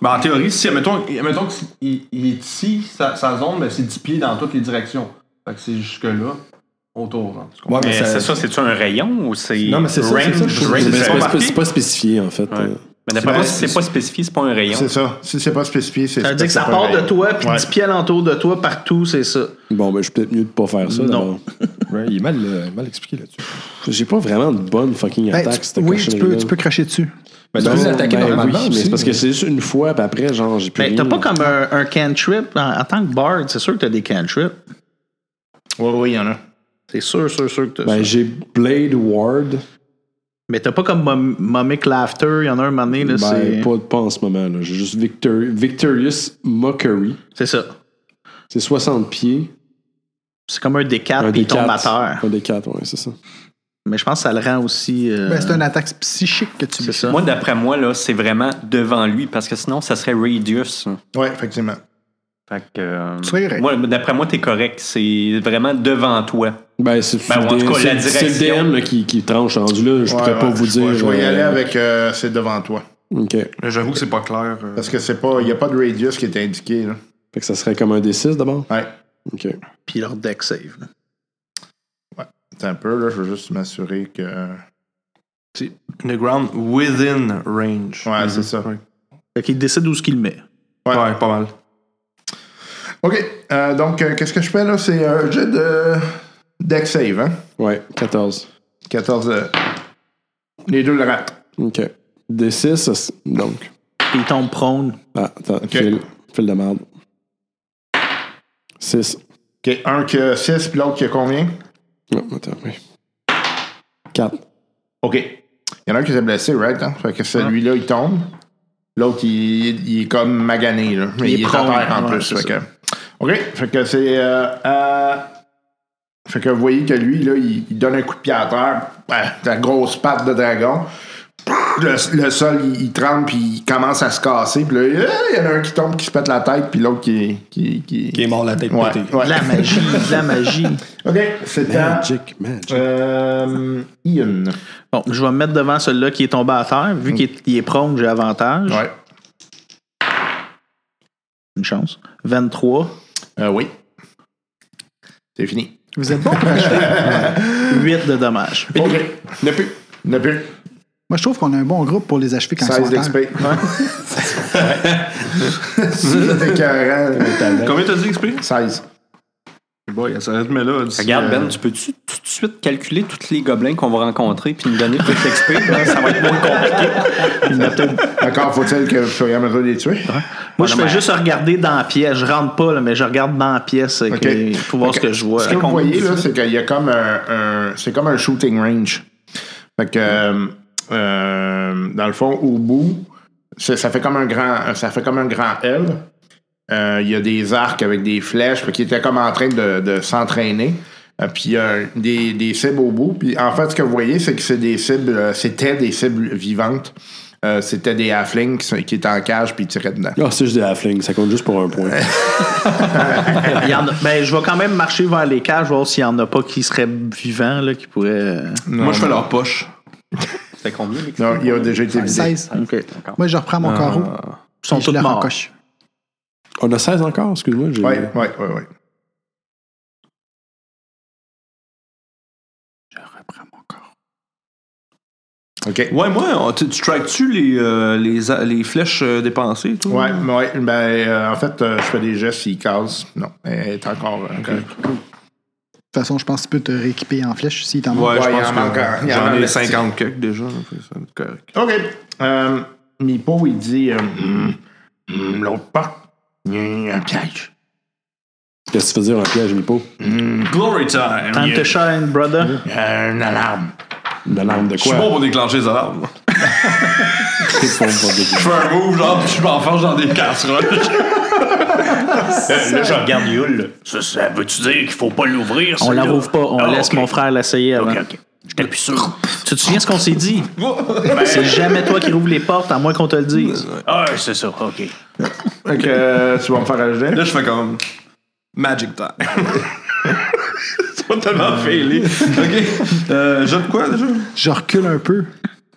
[SPEAKER 7] Ben, en théorie, si, admettons, admettons qu'il il est ici, sa, sa zone, ben, c'est 10 pieds dans toutes les directions. Fait que c'est jusque-là, autour. hein, tu comprends?
[SPEAKER 9] Ouais,
[SPEAKER 6] Mais c'est ça, c'est-tu un rayon ou c'est.
[SPEAKER 9] Non, mais c'est ça, c'est ça,
[SPEAKER 6] range?
[SPEAKER 9] je trouve.
[SPEAKER 6] Range,
[SPEAKER 9] Mais
[SPEAKER 6] c'est
[SPEAKER 1] C'est
[SPEAKER 6] pas
[SPEAKER 1] pas,
[SPEAKER 6] marqué.
[SPEAKER 1] c'est pas spécifié, en fait. Euh,
[SPEAKER 6] Mais d'après moi, si c'est pas spécifié, c'est pas un rayon.
[SPEAKER 3] C'est ça. Si c'est pas spécifié, c'est
[SPEAKER 4] Ça veut dire que ça
[SPEAKER 3] c'est pas
[SPEAKER 4] part de
[SPEAKER 3] vrai.
[SPEAKER 4] toi, puis
[SPEAKER 3] Ouais.
[SPEAKER 4] 10 pieds alentour de toi, partout, c'est ça.
[SPEAKER 1] Bon, ben, je suis peut-être mieux de pas faire ça.
[SPEAKER 4] Non.
[SPEAKER 1] d'abord.
[SPEAKER 9] Ouais, il est mal, euh, mal expliqué là-dessus.
[SPEAKER 1] J'ai pas vraiment de bonne fucking
[SPEAKER 5] Ben,
[SPEAKER 1] attaque,
[SPEAKER 5] tu-
[SPEAKER 1] cette
[SPEAKER 5] oui, tu
[SPEAKER 1] cochonnerie-là.
[SPEAKER 5] peux, tu peux cracher dessus.
[SPEAKER 9] Ben,
[SPEAKER 1] Non,
[SPEAKER 9] tu peux les attaquer
[SPEAKER 1] ben
[SPEAKER 9] normalement
[SPEAKER 1] oui, mais
[SPEAKER 9] aussi,
[SPEAKER 1] c'est parce que c'est juste une fois, puis après, genre, j'ai plus
[SPEAKER 4] Mais
[SPEAKER 1] rien.
[SPEAKER 4] Ben, t'as pas comme un, un cantrip. En, en tant que bard, c'est sûr que t'as des cantrips.
[SPEAKER 3] Oui, oui, il y en a.
[SPEAKER 4] C'est sûr, sûr, sûr que t'as
[SPEAKER 1] Ben,
[SPEAKER 4] ça.
[SPEAKER 1] j'ai Blade Ward.
[SPEAKER 4] Mais t'as pas comme Mom- Momic Laughter, il y en a un moment donné, là,
[SPEAKER 1] Ben,
[SPEAKER 4] c'est.
[SPEAKER 1] pas, pas en ce moment, là. J'ai juste Victor- Victorious Mockery.
[SPEAKER 4] C'est ça.
[SPEAKER 1] C'est 60 pieds.
[SPEAKER 4] C'est comme un D4
[SPEAKER 1] Un
[SPEAKER 4] Ah, puis il
[SPEAKER 1] des
[SPEAKER 4] tombe à
[SPEAKER 1] quatre.
[SPEAKER 4] terre.
[SPEAKER 1] Un des quatre, ouais, c'est ça.
[SPEAKER 4] Mais je pense que ça le rend aussi. euh,
[SPEAKER 5] Ben, c'est une attaque psychique que tu
[SPEAKER 4] c'est ça.
[SPEAKER 6] Moi, d'après moi, là, c'est vraiment devant lui, parce que sinon, ça serait radius.
[SPEAKER 3] Oui, effectivement.
[SPEAKER 6] Fait que. euh,
[SPEAKER 5] Tu serais
[SPEAKER 6] moi, d'après moi, t'es correct. C'est vraiment devant toi.
[SPEAKER 1] Ben, c'est
[SPEAKER 6] Ben, en
[SPEAKER 1] c'est-
[SPEAKER 6] tout cas, la
[SPEAKER 1] c'est- c'est
[SPEAKER 6] direction.
[SPEAKER 1] le DM là, qui, qui tranche rendu là. Je
[SPEAKER 3] Ouais,
[SPEAKER 1] pourrais pas
[SPEAKER 3] ouais,
[SPEAKER 1] vous
[SPEAKER 3] je-
[SPEAKER 1] dire.
[SPEAKER 3] Je vais y
[SPEAKER 1] euh,
[SPEAKER 3] aller avec euh, c'est devant toi.
[SPEAKER 1] OK.
[SPEAKER 7] J'avoue que c'est pas clair. euh.
[SPEAKER 3] Parce que c'est pas. Il n'y a pas de radius qui est indiqué. Là.
[SPEAKER 1] Fait que ça serait comme un D6 d'abord?
[SPEAKER 3] Ouais.
[SPEAKER 1] OK.
[SPEAKER 4] Puis leur deck save. là.
[SPEAKER 3] Attends un peu, là, je veux juste m'assurer que. Ouais,
[SPEAKER 7] The ground within range.
[SPEAKER 1] Mhm.
[SPEAKER 3] c'est ça.
[SPEAKER 4] Fait qu'il décide où ce qu'il le met.
[SPEAKER 7] Ouais, pas mal.
[SPEAKER 3] OK. euh, donc, euh, qu'est-ce que je fais là? C'est un jet de deck save, hein?
[SPEAKER 1] Ouais, 14.
[SPEAKER 3] 14. euh, Les deux le ratent.
[SPEAKER 1] OK. D6, ça s- donc.
[SPEAKER 4] Puis il tombe prone.
[SPEAKER 1] Ah, attends, fil, fil de merde. 6.
[SPEAKER 3] OK. Un qui a 6, puis l'autre qui a combien?
[SPEAKER 1] Non, attends, oui. 4.
[SPEAKER 3] OK. Il y en a un qui s'est blessé, right? Hein? Fait que celui-là, il tombe. L'autre, il, il est comme magané, là. Mais il,
[SPEAKER 4] Il
[SPEAKER 3] est
[SPEAKER 4] est prone,
[SPEAKER 3] en terre, en
[SPEAKER 4] ouais,
[SPEAKER 3] plus.
[SPEAKER 4] c'est
[SPEAKER 3] Fait
[SPEAKER 4] ça.
[SPEAKER 3] que... OK. Fait que c'est... euh, euh, Fait que vous voyez que lui, là, il, il donne un coup de pied à terre. Ouais, la grosse patte de dragon. Le, le sol, il, il tremble, puis il commence à se casser. Puis là, euh, il y en a un qui tombe, qui se pète la tête, puis l'autre qui... Qui, qui...
[SPEAKER 9] Il est mort la tête
[SPEAKER 3] Ouais,
[SPEAKER 9] pétée.
[SPEAKER 3] ouais.
[SPEAKER 4] De la magie, de la magie.
[SPEAKER 3] OK. C'est à...
[SPEAKER 1] Magic, magic.
[SPEAKER 3] Euh, Ian.
[SPEAKER 4] Bon, je vais me mettre devant celui-là qui est tombé à terre. Vu qu'il est, il est prone, j'ai avantage.
[SPEAKER 3] Mm. Ouais.
[SPEAKER 4] Une chance. 23.
[SPEAKER 3] Euh, oui. C'est fini.
[SPEAKER 5] Vous êtes bon pour acheter.
[SPEAKER 4] 8 de dommages. Oh,
[SPEAKER 3] OK. Ne plus. Ne plus.
[SPEAKER 5] Moi, je trouve qu'on a un bon groupe pour les achever quand ils
[SPEAKER 3] 16
[SPEAKER 5] sont à terre.
[SPEAKER 3] d'XP. C'est écœurant.
[SPEAKER 7] Combien t'as dit XP?
[SPEAKER 3] 16.
[SPEAKER 7] Bon, ça reste, mais là. d'ici,
[SPEAKER 6] Regarde,
[SPEAKER 7] euh,
[SPEAKER 6] Ben, tu peux-tu tout de suite calculer tous les gobelins qu'on va rencontrer puis nous donner tout l'XP? ça va être moins compliqué.
[SPEAKER 3] Encore faut-il que je à mesure de les tuer?
[SPEAKER 4] Moi, je fais juste regarder dans la pièce. Je rentre pas, là, mais je regarde dans la pièce euh, que-
[SPEAKER 3] Ok.
[SPEAKER 4] pour voir
[SPEAKER 3] Ok.
[SPEAKER 4] ce que je vois.
[SPEAKER 3] Ce que vous voyez, là, c'est qu'il y a comme un, un- c'est comme un shooting range. Fait que, euh, euh, dans le fond, au bout, ça, ça fait comme un grand, ça fait comme un grand L. Euh, Il y a des arcs avec des flèches, qui étaient comme en train de, de s'entraîner. Euh, Puis il y a un- des, des cibles au bout. Puis en fait, ce que vous voyez, c'est que c'est des cibles, euh, c'était des cibles vivantes. Euh, c'était des halflings qui, sont- qui étaient en cage puis ils tiraient dedans.
[SPEAKER 1] Ah, c'est juste des halflings, ça compte juste pour un point.
[SPEAKER 4] Il y en a- ben, je vais quand même marcher vers les cages, voir s'il y en a pas qui seraient vivants, là, qui pourraient. euh,
[SPEAKER 7] Moi, je fais leur poche.
[SPEAKER 6] C'était combien, les
[SPEAKER 3] Non, il a déjà été vidé.
[SPEAKER 5] 16.
[SPEAKER 4] OK. Euh,
[SPEAKER 5] Moi, je reprends mon carreau.
[SPEAKER 4] Ils sont
[SPEAKER 5] et je
[SPEAKER 4] tous
[SPEAKER 5] le
[SPEAKER 4] morts.
[SPEAKER 5] recoche.
[SPEAKER 1] On a 16 encore, excuse-moi. j'ai-
[SPEAKER 3] Ouais, ouais, ouais, ouais.
[SPEAKER 5] Je reprends mon carreau.
[SPEAKER 3] OK.
[SPEAKER 7] Ouais, moi, on- tu tu traques-tu les, euh, les, a- les flèches euh, dépensées, tout?
[SPEAKER 3] Ouais, ouais, ben, euh, en fait, euh, je fais des gestes, il casse. Non, elle est encore. euh, correcte.
[SPEAKER 5] De toute façon, je pense que tu peux te rééquiper en flèche si t'en
[SPEAKER 7] Ouais,
[SPEAKER 3] Ouais,
[SPEAKER 7] je
[SPEAKER 3] il
[SPEAKER 7] pense
[SPEAKER 3] en manque un-
[SPEAKER 7] que
[SPEAKER 3] il en
[SPEAKER 7] j'en
[SPEAKER 3] manque
[SPEAKER 7] ai
[SPEAKER 3] le
[SPEAKER 7] 50 quelques déjà. là, fait que ça va être correct.
[SPEAKER 3] OK. Euh, Mipo, il dit euh, Hum, hum, L'autre porte, il y a un piège.
[SPEAKER 1] Qu'est-ce que tu fais dire un piège, Mipo?
[SPEAKER 7] Glory time!
[SPEAKER 4] Time to shine, brother.
[SPEAKER 3] Il y a une alarme.
[SPEAKER 1] Une alarme de
[SPEAKER 7] Je suis
[SPEAKER 1] quoi?
[SPEAKER 7] bon pour déclencher les alarmes. moi.
[SPEAKER 1] Qu'est-ce qu'on va dire?
[SPEAKER 7] Je fais un move, genre, puis je m'enfonce dans des casseroles.
[SPEAKER 11] Là, je regarde Yule. Ça, ça veut-tu dire qu'il faut pas l'ouvrir?
[SPEAKER 4] On la
[SPEAKER 11] celle-là?
[SPEAKER 4] rouvre pas. On
[SPEAKER 11] Ah,
[SPEAKER 4] laisse
[SPEAKER 11] ok.
[SPEAKER 4] mon frère l'essayer avant.
[SPEAKER 11] Ok, ok. J'étais plus sûr.
[SPEAKER 4] Tu te souviens ce qu'on s'est dit? C'est jamais toi qui rouvre les portes, à moins qu'on te le dise.
[SPEAKER 11] Ah, c'est ça, ok.
[SPEAKER 3] Fait que euh, tu vas me faire un jet.
[SPEAKER 7] Là, je fais comme Magic Time. C'est pas tellement fêlé. OK. Euh, j'ai de quoi déjà?
[SPEAKER 5] Je recule un peu.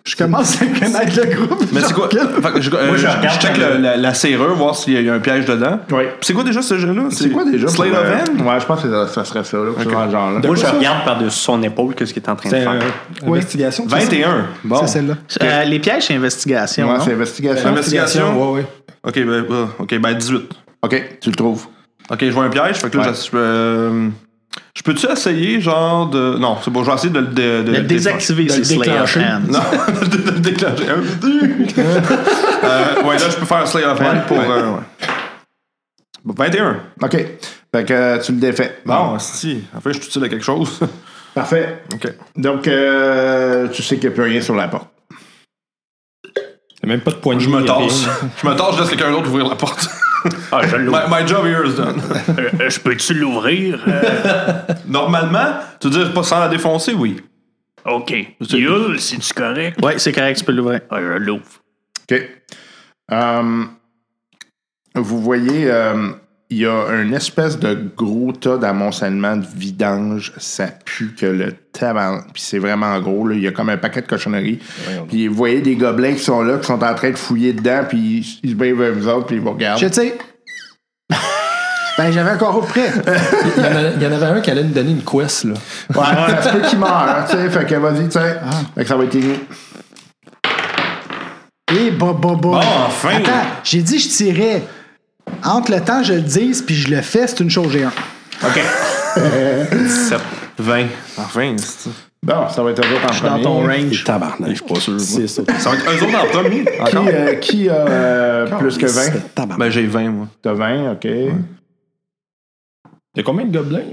[SPEAKER 5] Je commence à connaître le groupe.
[SPEAKER 7] Mais c'est quoi? Fait que je, euh, je- je check le- la, la serrure, voir s'il y a un piège dedans.
[SPEAKER 3] Oui.
[SPEAKER 7] Puis C'est quoi déjà ce jeu-là?
[SPEAKER 3] C'est quoi déjà
[SPEAKER 7] Slate
[SPEAKER 3] pour,
[SPEAKER 7] of
[SPEAKER 3] euh,
[SPEAKER 7] Hand?
[SPEAKER 3] Ouais, je pense que ça, ça serait ça, là, ce genre-là.
[SPEAKER 6] Moi, je regarde par-dessus son épaule qu'est-ce qu'il est en train de
[SPEAKER 9] C'est, euh,
[SPEAKER 6] faire.
[SPEAKER 9] Investigation? tu sais,
[SPEAKER 7] 21. Bon.
[SPEAKER 5] C'est celle-là.
[SPEAKER 4] Euh, les pièges, c'est investigation.
[SPEAKER 3] Ouais,
[SPEAKER 4] non?
[SPEAKER 3] c'est investigation.
[SPEAKER 7] Investigation?
[SPEAKER 9] Ouais, ouais.
[SPEAKER 7] OK, ben, euh, ok, ben 18.
[SPEAKER 3] OK, tu le trouves.
[SPEAKER 7] OK, je vois un piège. Fait que là,
[SPEAKER 3] Ouais.
[SPEAKER 7] je, euh, je peux-tu essayer, genre, de... Non, c'est bon, je vais essayer de... de, de
[SPEAKER 4] Le désactiver, c'est Slayer Hand.
[SPEAKER 7] Non, de, de le déclencher. Un, deux. euh, ouais, là, je peux faire un Slay of Hand pour... euh, ouais. Bon, 21.
[SPEAKER 3] OK. Fait que euh, tu le défais.
[SPEAKER 7] Bon, si. En fait, je suis utile à quelque chose.
[SPEAKER 3] Parfait.
[SPEAKER 7] OK.
[SPEAKER 3] Donc, euh, tu sais qu'il n'y a plus rien sur la porte.
[SPEAKER 9] T'as même pas de poignée.
[SPEAKER 7] Je me
[SPEAKER 9] rien.
[SPEAKER 7] tasse. Je me tasse, je laisse quelqu'un d'autre ouvrir la porte.
[SPEAKER 11] Ah, je l'ouvre.
[SPEAKER 7] my, my job here is done.
[SPEAKER 11] Euh, euh, Je peux-tu l'ouvrir? Euh,
[SPEAKER 7] Normalement, tu veux dire pas sans la défoncer, oui.
[SPEAKER 11] ok. Yule, c'est-tu correct?
[SPEAKER 4] Ouais, c'est correct, tu peux l'ouvrir.
[SPEAKER 11] Ah, je l'ouvre.
[SPEAKER 3] OK. Euh, vous voyez, euh, il y a une espèce de gros tas d'amoncellement de vidange. Ça pue que le tabac. Puis c'est vraiment gros. là. Il y a comme un paquet de cochonneries. Puis vous voyez des gobelins qui sont là, qui sont en train de fouiller dedans. Puis ils- ils se bavent vers vous autres, puis ils vous regardent.
[SPEAKER 5] Je sais. ben, j'avais un carreau de près.
[SPEAKER 9] Il y, en a- il y en avait un qui allait nous donner une quest, là.
[SPEAKER 3] Ouais, ça se peut qu'ils meurent. hein, tu sais. Fait que vas-y, tu sais. Fait que ça va être fini.
[SPEAKER 5] Et bah, bah, bah.
[SPEAKER 7] enfin!
[SPEAKER 5] Attends, j'ai dit je tirais. Entre le temps, je le dise, puis je le fais, c'est une chose, j'ai un.
[SPEAKER 7] OK. 17. 20. Enfin, c'est
[SPEAKER 3] Bon, ça va être eux autres en
[SPEAKER 4] Dans
[SPEAKER 3] premier.
[SPEAKER 4] ton range.
[SPEAKER 1] Tabarnak, je suis pas sûr. C'est ça.
[SPEAKER 7] ça va être eux autres en premier.
[SPEAKER 3] Qui,
[SPEAKER 7] Encore?
[SPEAKER 3] euh, qui a euh, plus que 20?
[SPEAKER 1] C'est tabarnak.
[SPEAKER 7] Ben, j'ai 20, moi.
[SPEAKER 3] T'as 20, OK. Euh,
[SPEAKER 9] T'as combien de gobelins?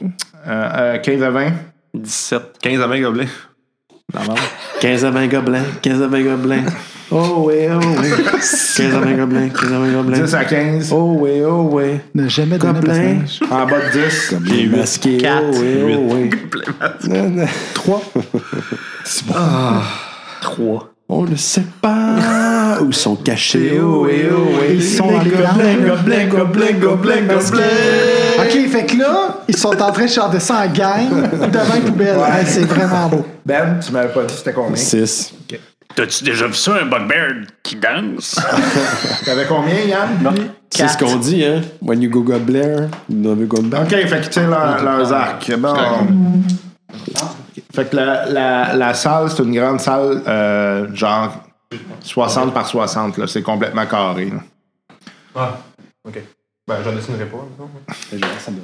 [SPEAKER 3] euh, 15 à 20?
[SPEAKER 6] 17.
[SPEAKER 7] 15 à 20 gobelets.
[SPEAKER 1] 15 à 20 gobelins, 15 à 20 gobelins. Oh ouais, oh ouais. 15 à 20 gobelins, 15 à 20 gobelins.
[SPEAKER 3] 10 à 15?
[SPEAKER 1] Oh ouais, oh ouais.
[SPEAKER 5] Ne jamais donner un
[SPEAKER 1] Gobelins.
[SPEAKER 5] personnage.
[SPEAKER 3] En bas de 10?
[SPEAKER 1] J'ai masqué.
[SPEAKER 4] Quatre.
[SPEAKER 1] Oh ouais, oh ouais. Non, non.
[SPEAKER 5] 3. Ah.
[SPEAKER 1] On ne sait pas où sont cachés. Oh ouais, oh ouais.
[SPEAKER 5] Ils sont dans les gobelins.
[SPEAKER 1] gobelins, gobelins, gobelins, gobelins.
[SPEAKER 5] OK, fait que là, ils sont en train de chanter ça en gang devant les poubelles. Hey, c'est vraiment beau.
[SPEAKER 3] Ben, tu m'avais pas dit c'était combien?
[SPEAKER 1] 6.
[SPEAKER 11] T'as-tu déjà vu ça, un bugbear qui danse?
[SPEAKER 3] T'avais combien, Yann?
[SPEAKER 1] C'est ce qu'on dit, hein. When you go gobelin, you never go back.
[SPEAKER 3] OK, fait qu'ils tirent leur- leurs arcs. Bon. Fait que la, la- la salle, c'est une grande salle, euh, genre 60 par 60. là. C'est complètement carré. là.
[SPEAKER 7] Ah, ok. Ben, j'en dessinerai pas. non?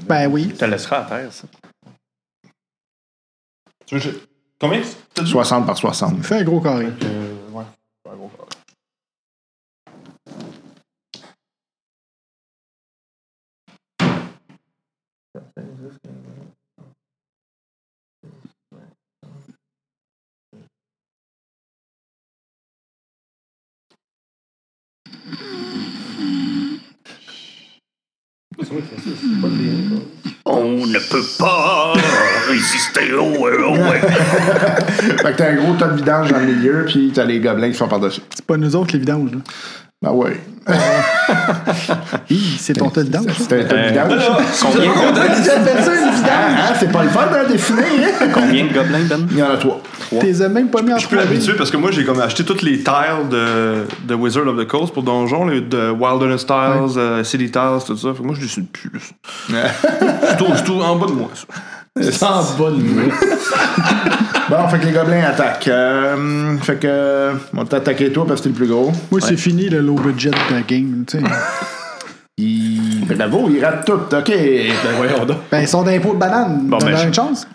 [SPEAKER 5] Ben oui.
[SPEAKER 12] Tu le laisseras à terre, ça.
[SPEAKER 7] Tu veux que je- Combien? T'as dit?
[SPEAKER 3] 60 par 60.
[SPEAKER 5] Fais un gros carré.
[SPEAKER 7] Euh, ouais. c'est un gros carré.
[SPEAKER 12] On ne peut pas résister au
[SPEAKER 3] fait que t'as un gros tas de vidange dans le milieu, puis t'as les gobelins qui sont par-dessus.
[SPEAKER 5] C'est pas nous autres, les vidanges. là. Euh,
[SPEAKER 3] Ben ouais.
[SPEAKER 5] Hi, c'est ton tas de vidange. ça.
[SPEAKER 3] C'est
[SPEAKER 9] Euh,
[SPEAKER 3] un tas de vidange.
[SPEAKER 12] Combien,
[SPEAKER 3] T'appelles ça une vidange? Ah, c'est pas le fun d'en définir. hein?
[SPEAKER 12] combien de gobelins, Ben?
[SPEAKER 3] Il y en a trois.
[SPEAKER 5] T'es as même pas mis en
[SPEAKER 7] Je suis plus
[SPEAKER 5] premier.
[SPEAKER 7] habitué parce que moi j'ai comme acheté toutes les tiles de, de Wizard of the Coast pour Donjon, les- de Wilderness Tiles, euh, City Tiles, tout ça. Fait que moi je décide plus. là. c'est tout, c'est tout en bas de moi ça.
[SPEAKER 3] Bon, fait que les gobelins attaquent. Euh, fait que. On t'a attaqué toi parce que t'es le plus gros.
[SPEAKER 5] Moi, c'est fini le low budget de game. tu sais.
[SPEAKER 3] Il- Bravo, il rate tout. OK.
[SPEAKER 5] ben, ils sont d'impôts de banane.
[SPEAKER 7] Bon,
[SPEAKER 5] T'en
[SPEAKER 7] ben,
[SPEAKER 5] as
[SPEAKER 7] je-
[SPEAKER 5] une chance.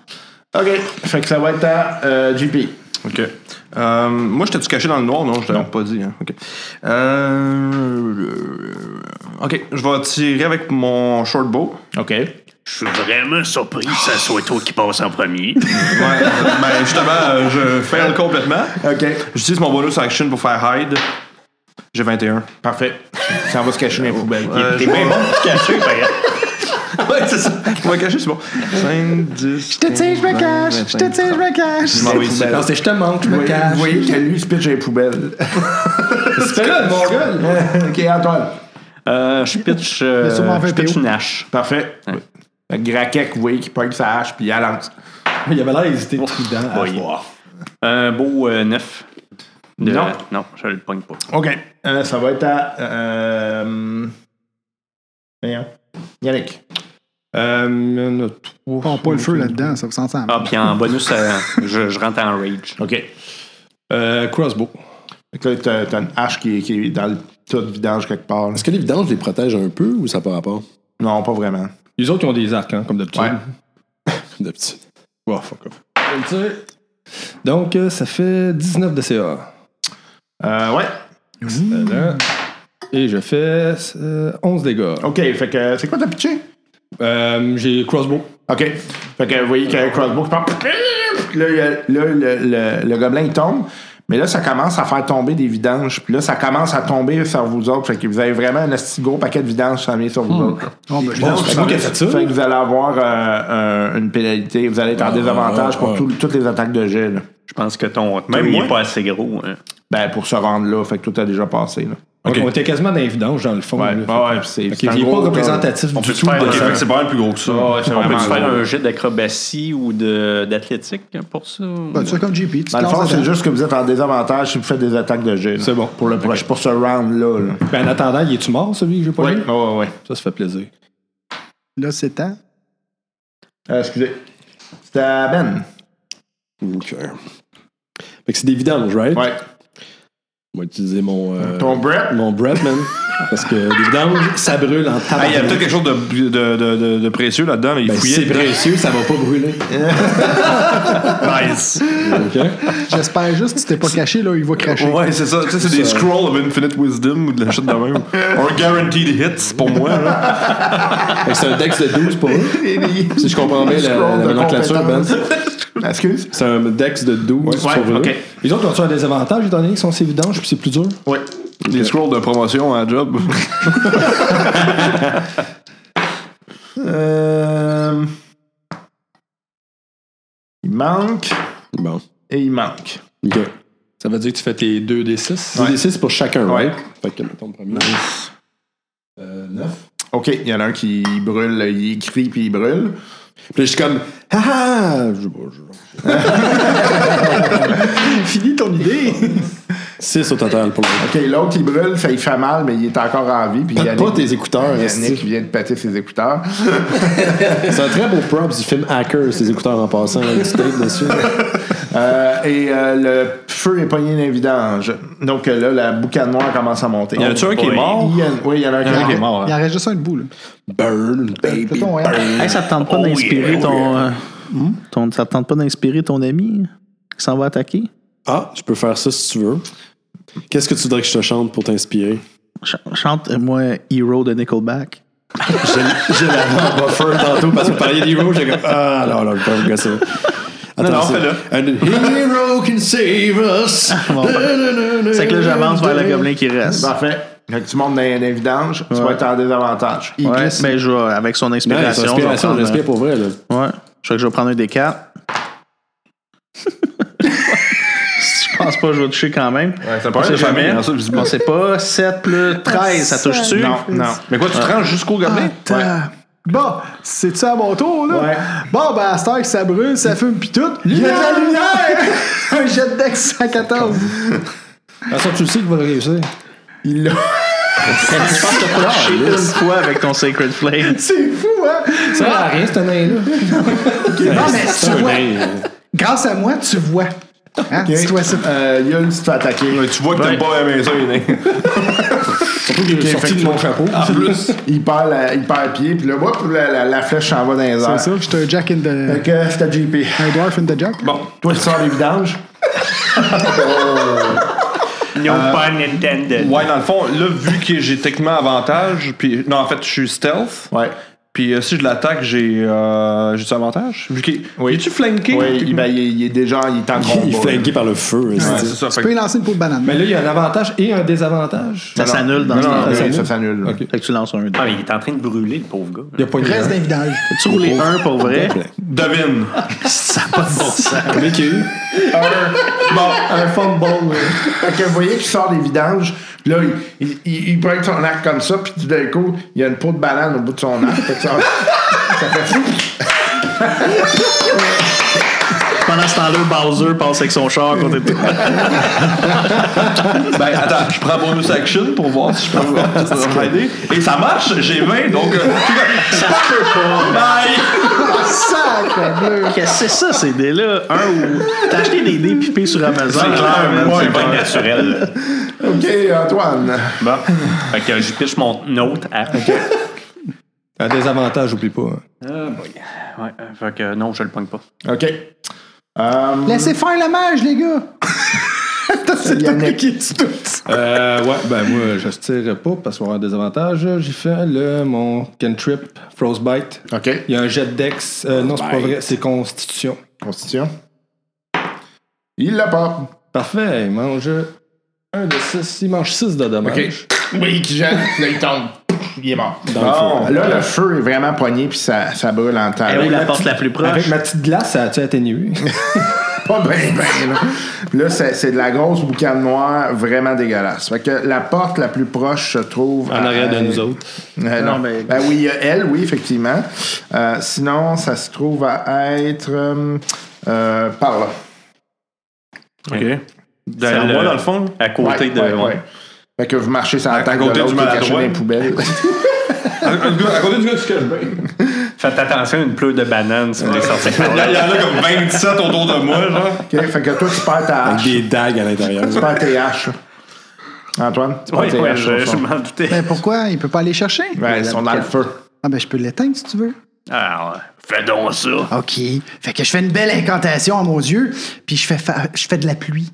[SPEAKER 3] OK. Fait que ça va être à euh, JP.
[SPEAKER 7] Ok. Euh, moi j'étais tu caché dans le noir, non, je t'avais pas dit. hein. Ok. Euh, Ok, je vais tirer avec mon short bow.
[SPEAKER 3] OK.
[SPEAKER 12] Je suis vraiment surpris que ça soit toi qui passe en premier.
[SPEAKER 7] Ouais, ben justement, euh, je fail complètement.
[SPEAKER 3] OK.
[SPEAKER 7] J'utilise mon bonus action pour faire hide. J'ai 21.
[SPEAKER 3] Parfait. Ça va se cacher dans les poubelles.
[SPEAKER 7] Euh,
[SPEAKER 12] T'es
[SPEAKER 7] je-
[SPEAKER 12] bien bon pour te cacher, ben.
[SPEAKER 7] Ouais, c'est ça. On va cacher, c'est bon. 5, 10.
[SPEAKER 5] Je te tire, je me cache. Je te tire, je me cache.
[SPEAKER 7] Ah oui, c'est-
[SPEAKER 13] Non, c'est je te manque, je
[SPEAKER 3] Vous
[SPEAKER 13] me
[SPEAKER 3] voyez-
[SPEAKER 13] cache.
[SPEAKER 3] vous voyez que lui, il se pitche dans les poubelles.
[SPEAKER 13] C'est là, le mongol.
[SPEAKER 3] OK, Antoine.
[SPEAKER 6] Euh, je pitch,
[SPEAKER 5] Il a sûrement
[SPEAKER 6] euh,
[SPEAKER 5] fait
[SPEAKER 6] je pitch
[SPEAKER 5] PO.
[SPEAKER 6] une hache.
[SPEAKER 3] Parfait. Ouais. Fait que Grakek, vous voyez, qui pogne sa hache, puis il la lance.
[SPEAKER 13] Il avait l'air d'hésiter tout dedans. à
[SPEAKER 6] Oui.
[SPEAKER 13] voir.
[SPEAKER 6] Un beau 9.
[SPEAKER 3] Non.
[SPEAKER 6] non, je le pogne pas.
[SPEAKER 3] OK. Euh, ça va être à. Euh, voyons. Yannick.
[SPEAKER 9] Euh, il y en a trois.
[SPEAKER 5] Bon, pas le feu là-dedans, ça vous s'entend.
[SPEAKER 6] Ah, puis en bonus, euh, je, je rentre en rage.
[SPEAKER 3] OK.
[SPEAKER 9] Euh, crossbow.
[SPEAKER 3] Fait que là, t'as- t'as une hache qui, est- qui est dans le tas de vidange quelque part. là.
[SPEAKER 13] Est-ce que les vidanges les protègent un peu ou ça n'a pas rapport?
[SPEAKER 3] Non, pas vraiment.
[SPEAKER 9] Les autres, ils ont des arcs, hein, comme d'habitude.
[SPEAKER 3] Ouais.
[SPEAKER 13] Comme d'habitude.
[SPEAKER 9] Oh, fuck off. Donc, euh, ça fait 19 de CA.
[SPEAKER 3] Euh, ouais.
[SPEAKER 9] Voilà. Et je fais euh, 11 dégâts.
[SPEAKER 3] OK. Fait que c'est quoi ta pitché?
[SPEAKER 9] Euh, J'ai crossbow.
[SPEAKER 3] OK. Fait que vous voyez qu'il y a un crossbow qui part. Puis Là, il y a- là, le, le- le gobelin il tombe. Mais là, ça commence à faire tomber des vidanges. Puis là, ça commence à tomber sur vous autres. Fait que vous avez vraiment un assez gros paquet de vidanges qui s'en vient sur vous autres.
[SPEAKER 5] Bon, ben, je
[SPEAKER 9] Bon, c'est moi qui ai fait ça.
[SPEAKER 3] Fait que vous allez avoir euh, un- une pénalité. Vous allez être en désavantage
[SPEAKER 13] ah,
[SPEAKER 3] pour
[SPEAKER 13] ah.
[SPEAKER 3] tout- toutes les attaques de jet. là.
[SPEAKER 6] Je pense que ton
[SPEAKER 7] Même
[SPEAKER 6] Même
[SPEAKER 7] moi?
[SPEAKER 6] n'est pas assez gros. hein.
[SPEAKER 3] Ben, pour se rendre là. Fait que tout a déjà passé. Là.
[SPEAKER 9] Donc, on était quasiment dans les vidanges, dans le fond.
[SPEAKER 3] Ouais,
[SPEAKER 9] là.
[SPEAKER 3] ouais, puis c'est
[SPEAKER 9] Fait
[SPEAKER 3] c'est
[SPEAKER 9] qu'il
[SPEAKER 3] un
[SPEAKER 9] est
[SPEAKER 3] gros- euh,
[SPEAKER 9] pas représentatif
[SPEAKER 7] On
[SPEAKER 9] du
[SPEAKER 7] peut
[SPEAKER 9] tout.
[SPEAKER 7] faire.
[SPEAKER 9] de
[SPEAKER 7] Ok,
[SPEAKER 9] ça.
[SPEAKER 7] fait que c'est pas mal plus gros que ça.
[SPEAKER 3] Ouais, c'est
[SPEAKER 6] On peut
[SPEAKER 3] vraiment
[SPEAKER 6] faire
[SPEAKER 3] gros.
[SPEAKER 6] un jet d'acrobatie ou de- d'athlétique pour ça?
[SPEAKER 5] Ben, tu fais comme JP, tu te
[SPEAKER 3] Dans le
[SPEAKER 5] lances
[SPEAKER 3] fond, c'est
[SPEAKER 5] dedans.
[SPEAKER 3] juste que vous êtes en désavantage si vous faites des attaques de jet. là.
[SPEAKER 9] C'est bon.
[SPEAKER 3] Pour, le proche, pour ce round-là. là.
[SPEAKER 9] Ben, en attendant, il est-tu mort, celui que j'ai pas
[SPEAKER 3] Oui,
[SPEAKER 9] lu?
[SPEAKER 3] ouais, ouais.
[SPEAKER 9] Ça, se fait plaisir.
[SPEAKER 5] Là, c'est temps.
[SPEAKER 3] Euh, excusez. C'était à Ben.
[SPEAKER 13] OK. Fait que c'est des vidanges, right?
[SPEAKER 3] Ouais.
[SPEAKER 13] On va utiliser mon... euh,
[SPEAKER 3] Ton Brett.
[SPEAKER 13] Mon Bretman. parce que les vidanges, ça brûle en
[SPEAKER 7] Ah,
[SPEAKER 13] tabac.
[SPEAKER 7] il y a peut-être quelque chose de, de, de, de, de précieux là-dedans, mais il
[SPEAKER 13] Ben, si
[SPEAKER 7] fouillait.
[SPEAKER 13] c'est
[SPEAKER 7] dedans.
[SPEAKER 13] précieux, ça va pas brûler.
[SPEAKER 7] Nice.
[SPEAKER 13] OK?
[SPEAKER 5] J'espère juste que tu t'es pas caché, là, il va cracher.
[SPEAKER 7] Ouais, c'est ça. Tu sais, c'est des scrolls of infinite wisdom ou de la shit de même. Or guaranteed hits pour moi. là.
[SPEAKER 13] Fait que c'est un dex de 12 pour eux. Si je comprends bien la, la
[SPEAKER 3] Scroll de
[SPEAKER 13] nomenclature, Ben.
[SPEAKER 3] Excuse.
[SPEAKER 13] C'est un dex de 12
[SPEAKER 3] Ouais,
[SPEAKER 13] pour eux.
[SPEAKER 3] ok.
[SPEAKER 9] Les autres ont-tu un désavantage, étant donné qu'ils sont ces vidanges, puis c'est plus dur?
[SPEAKER 3] Oui.
[SPEAKER 7] Des scrolls de promotion à job.
[SPEAKER 3] Euh... Il manque
[SPEAKER 13] Bon.
[SPEAKER 3] et il manque.
[SPEAKER 13] OK. Ça veut dire que tu fais tes 2 D6? 2
[SPEAKER 3] Ouais.
[SPEAKER 13] D6 pour chacun,
[SPEAKER 3] Ouais.
[SPEAKER 13] ouais. Fait que mettons le premier. Euh, 9.
[SPEAKER 3] OK, il y en a un qui brûle, il écrit puis il brûle.
[SPEAKER 13] Puis là, je suis comme, ah ah! Je, bon, je-
[SPEAKER 5] Finis ton idée.
[SPEAKER 14] 6 au total pour le
[SPEAKER 3] OK, l'autre, il brûle, ça lui fait mal, mais il est encore en vie. Puis
[SPEAKER 14] Pète
[SPEAKER 3] Yannick-
[SPEAKER 14] pas tes écouteurs,
[SPEAKER 3] Yannick
[SPEAKER 14] esti.
[SPEAKER 3] vient de péter ses écouteurs.
[SPEAKER 14] C'est un très beau props du film Hackers, ces écouteurs en passant, avec du tape dessus.
[SPEAKER 3] Euh, et euh, le feu est pogné dans les vidanges. Donc euh, là, la boucane noire commence à monter. Oh,
[SPEAKER 7] Y en a-tu un qui est mort?
[SPEAKER 3] Il y en- oui, il y en a un qui est mort.
[SPEAKER 5] Il en reste juste un debout, là.
[SPEAKER 14] Burn, baby.
[SPEAKER 5] Peut-on, hein?
[SPEAKER 4] Hey, ça te tente pas d'inspirer ton, euh, ton- Ça te tente pas d'inspirer ton ami qui s'en va attaquer?
[SPEAKER 14] Ah, je peux faire ça si tu veux. Qu'est-ce que tu voudrais que je te chante pour t'inspirer?
[SPEAKER 4] Ch- Chante-moi Hero de Nickelback.
[SPEAKER 14] J'ai la main en buffer tantôt parce que vous parliez d'Hero, j'ai comme Ah non, non, je peux pas me gosser. Attends,
[SPEAKER 7] non,
[SPEAKER 14] c'est-
[SPEAKER 7] fais-le.
[SPEAKER 14] An hero can save us.
[SPEAKER 4] C'est que là, j'avance vers le gobelin qui reste.
[SPEAKER 3] Parfait. Fait que tu montes dans les dans les vidanges, tu vas être en désavantage. Il
[SPEAKER 4] Ouais,
[SPEAKER 3] glisse.
[SPEAKER 4] mais je vais, avec son
[SPEAKER 14] Non,
[SPEAKER 4] inspiration.
[SPEAKER 14] c'est inspiration,
[SPEAKER 4] je vais
[SPEAKER 14] j'espère pour vrai. Là.
[SPEAKER 4] prendre, ouais, je crois que je vais prendre un des quatre. je pense pas que je vais toucher quand même.
[SPEAKER 7] Ouais, c'est un
[SPEAKER 4] On sait
[SPEAKER 7] problème, jamais.
[SPEAKER 4] jamais.
[SPEAKER 7] hein, ça, visiblement.
[SPEAKER 4] On sait pas. 7 plus 13, ça touche-tu?
[SPEAKER 3] Non, non.
[SPEAKER 7] Mais quoi, tu te rends jusqu'au
[SPEAKER 5] Ah,
[SPEAKER 7] gobelin?
[SPEAKER 5] Attends. hein? Bon, c'est-tu à mon tour, là?
[SPEAKER 3] Ouais.
[SPEAKER 5] Bon, ben, à cette heure que ça brûle, ça fume, pis tout.
[SPEAKER 3] Il y a de la lumière!
[SPEAKER 5] Un jet d'ex 114.
[SPEAKER 9] De toute façon, Ah, tu le sais qu'il va le réussir.
[SPEAKER 3] Il l'a.
[SPEAKER 4] Je pense que t'as pas touché une fois avec ton Sacred Flame.
[SPEAKER 5] C'est fou, hein?
[SPEAKER 9] Ça sert à rien, cette année-là.
[SPEAKER 5] Non, mais tu vois,
[SPEAKER 14] Hey,
[SPEAKER 5] grâce à moi, tu vois. Hein? Dis-toi ça.
[SPEAKER 3] Euh, Yul, tu te fais attaquer.
[SPEAKER 7] Tu vois que t'aimes pas la maison, Yannick.
[SPEAKER 14] Surtout qu'il est sorti de mon chapeau.
[SPEAKER 3] Il perd, la- il perd pied, puis là, hop, la, la- la flèche s'en va dans les
[SPEAKER 5] C'est
[SPEAKER 3] airs.
[SPEAKER 5] ça, j'étais un Jack in the.
[SPEAKER 3] Fait que euh, c'est ta JP.
[SPEAKER 5] Un dwarf in the Jack.
[SPEAKER 3] Toi, tu sors les vidanges.
[SPEAKER 6] No pun intended.
[SPEAKER 7] Ouais, dans le fond, là, vu que j'ai techniquement avantage, puis. Non, en fait, je suis stealth.
[SPEAKER 3] Ouais.
[SPEAKER 7] Puis euh, si je l'attaque, j'ai. Euh, j'ai-tu avantage? Vu qu'il. Oui. Es-tu flanqué?
[SPEAKER 3] Oui, il, ben, il, est- il est déjà il est en combat.
[SPEAKER 14] Il est flanqué par le feu. esti.
[SPEAKER 7] Ouais, c'est ça.
[SPEAKER 5] Tu
[SPEAKER 7] Fait
[SPEAKER 5] peux
[SPEAKER 7] que-
[SPEAKER 5] y lancer une peau de banane.
[SPEAKER 9] Mais là, il y a un avantage et un désavantage.
[SPEAKER 4] Ça s'annule dans ce
[SPEAKER 3] Non,
[SPEAKER 4] temps-là.
[SPEAKER 3] oui, ça s'annule. là.
[SPEAKER 4] Fait que tu lances un 2.
[SPEAKER 6] Ah, mais il est en train de brûler, le pauvre gars.
[SPEAKER 9] Il y a pas une
[SPEAKER 5] Reste dans les vidanges.
[SPEAKER 4] Tu roules les 1 pour vrai.
[SPEAKER 7] Devine.
[SPEAKER 4] Ça n'a pas de bon sens.
[SPEAKER 14] Combien qu'il y a eu?
[SPEAKER 3] Bon, un fumble. Fait que vous voyez qu'il sort des vidanges. Puis là, il, il, il, il break son arc comme ça. Puis tout d'un coup, il y a une peau de banane au bout de son arc. Fait que ça, ça fait fou.
[SPEAKER 4] Pendant ce temps-là, Bowser passe avec son char à côté de toi.
[SPEAKER 7] Ben, attends, je prends bonus action pour voir si je peux vous aider. Et ça marche, j'ai 20, donc. euh,
[SPEAKER 4] Ça peut pas.
[SPEAKER 7] Bye!
[SPEAKER 5] Ah, Sacre bleu.
[SPEAKER 4] Qu'est-ce que c'est ça, ces dés-là? Un ou. T'as acheté des dés pipés sur Amazon.
[SPEAKER 6] C'est clair, Ah, man, c'est pas naturel.
[SPEAKER 3] OK, Antoine.
[SPEAKER 6] Bon. Fait que je piche mon note à.
[SPEAKER 9] Un désavantage, oublie pas.
[SPEAKER 6] Ah, boy. Ouais, euh, fait que euh, non, je le pogne pas.
[SPEAKER 3] OK. Euh,
[SPEAKER 5] Laissez faire la mage, les gars. C'est
[SPEAKER 3] Yannick.
[SPEAKER 5] le qui est tout.
[SPEAKER 9] Euh, ouais, ben moi, je tire pas parce qu'on a un désavantage. J'ai fait le, mon cantrip, Frostbite.
[SPEAKER 3] OK.
[SPEAKER 9] Il y a un jet d'ex. euh, non, c'est pas vrai, c'est Constitution.
[SPEAKER 3] Constitution. Il l'a pas.
[SPEAKER 9] Parfait, il mange un de six. Il mange six de dommages.
[SPEAKER 3] Oui, qui gêne. Là, il tombe. Il est mort.
[SPEAKER 14] Dans le
[SPEAKER 3] Bon, là, le feu est vraiment poigné, puis ça, ça brûle en temps.
[SPEAKER 14] Eh
[SPEAKER 4] Elle est où la porte la plus proche?
[SPEAKER 9] Avec ma petite glace, ça a-tu atténué?
[SPEAKER 3] Pas bien, bien, là. Puis là, c'est c'est de la grosse boucane noire vraiment dégueulasse. Fait que la porte la plus proche se trouve.
[SPEAKER 14] En arrière de nous autres.
[SPEAKER 3] Euh, non,
[SPEAKER 4] Non, mais-
[SPEAKER 3] Ben oui, il y a elle, oui, effectivement. Euh, sinon, ça se trouve à être euh, euh, par là.
[SPEAKER 7] Ok.
[SPEAKER 6] C'est
[SPEAKER 7] Derrière
[SPEAKER 6] le-
[SPEAKER 7] moi, dans le fond.
[SPEAKER 6] Euh, À côté
[SPEAKER 3] Ouais,
[SPEAKER 6] de.
[SPEAKER 3] ouais, ouais. Fait que vous marchez sur la
[SPEAKER 7] À- à
[SPEAKER 3] tête de
[SPEAKER 7] côté
[SPEAKER 3] l'autre
[SPEAKER 7] du
[SPEAKER 3] qui est caché
[SPEAKER 7] maladroit.
[SPEAKER 3] dans les poubelles.
[SPEAKER 7] À, à- à côté du ben. gars du cachebin.
[SPEAKER 6] Faites attention à une pleure de banane si vous voulez sortir par
[SPEAKER 7] Il
[SPEAKER 6] là.
[SPEAKER 7] y en a comme 27 autour de moi, genre.
[SPEAKER 3] OK, fait que toi, tu perds ta
[SPEAKER 14] Avec
[SPEAKER 3] hache.
[SPEAKER 14] des dagues à l'intérieur.
[SPEAKER 3] Tu perds tes haches. Antoine, tu perds
[SPEAKER 6] Ouais,
[SPEAKER 3] tes
[SPEAKER 6] ouais,
[SPEAKER 3] haches.
[SPEAKER 6] je,
[SPEAKER 3] au
[SPEAKER 6] je
[SPEAKER 3] fond.
[SPEAKER 6] m'en doutais.
[SPEAKER 5] Ben pourquoi? Il peut pas aller chercher.
[SPEAKER 3] Ben, ils sont dans le feu.
[SPEAKER 5] Ah, ben, je peux l'éteindre si tu veux.
[SPEAKER 6] Ah, ouais. Fais donc ça.
[SPEAKER 5] OK. Fait que je fais une belle incantation à mon Dieu, puis je fais, fa- je fais de la pluie.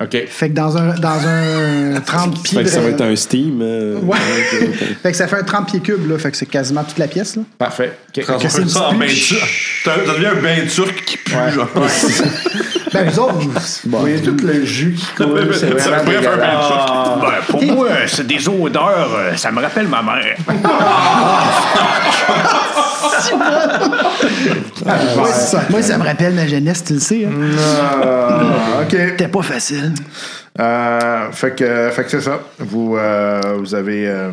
[SPEAKER 3] OK.
[SPEAKER 5] Fait que dans un, dans un 30 pieds.
[SPEAKER 14] Fait que ça
[SPEAKER 5] de-
[SPEAKER 14] va être un steam. euh,
[SPEAKER 5] Ouais.
[SPEAKER 14] ouais, ok, ok.
[SPEAKER 5] Fait que ça fait un 30 pieds cubes, là. Fait que c'est quasiment toute la pièce, là.
[SPEAKER 3] Parfait. OK.
[SPEAKER 5] que c'est une
[SPEAKER 7] Ça, en
[SPEAKER 5] petite
[SPEAKER 7] bain
[SPEAKER 5] pluie.
[SPEAKER 7] turc. T'as- Ça devient un bain turc qui pue,
[SPEAKER 3] Ouais.
[SPEAKER 7] genre.
[SPEAKER 5] Ben, vous autres, vous-
[SPEAKER 3] Vous voyez tout le jus qui coule, c'est
[SPEAKER 7] Ça
[SPEAKER 3] vraiment
[SPEAKER 7] pourrait faire un bain
[SPEAKER 3] dégueulasse.
[SPEAKER 7] turc.
[SPEAKER 6] Ben, pour moi, c'est des odeurs. euh, Ça me rappelle ma mère.
[SPEAKER 5] moi, Euh, ça, moi, ça me rappelle ma jeunesse, tu le sais. Hein.
[SPEAKER 3] Ah, OK.
[SPEAKER 5] C'était pas facile.
[SPEAKER 3] Euh, fait que, fait que c'est ça. Vous, euh, vous avez euh,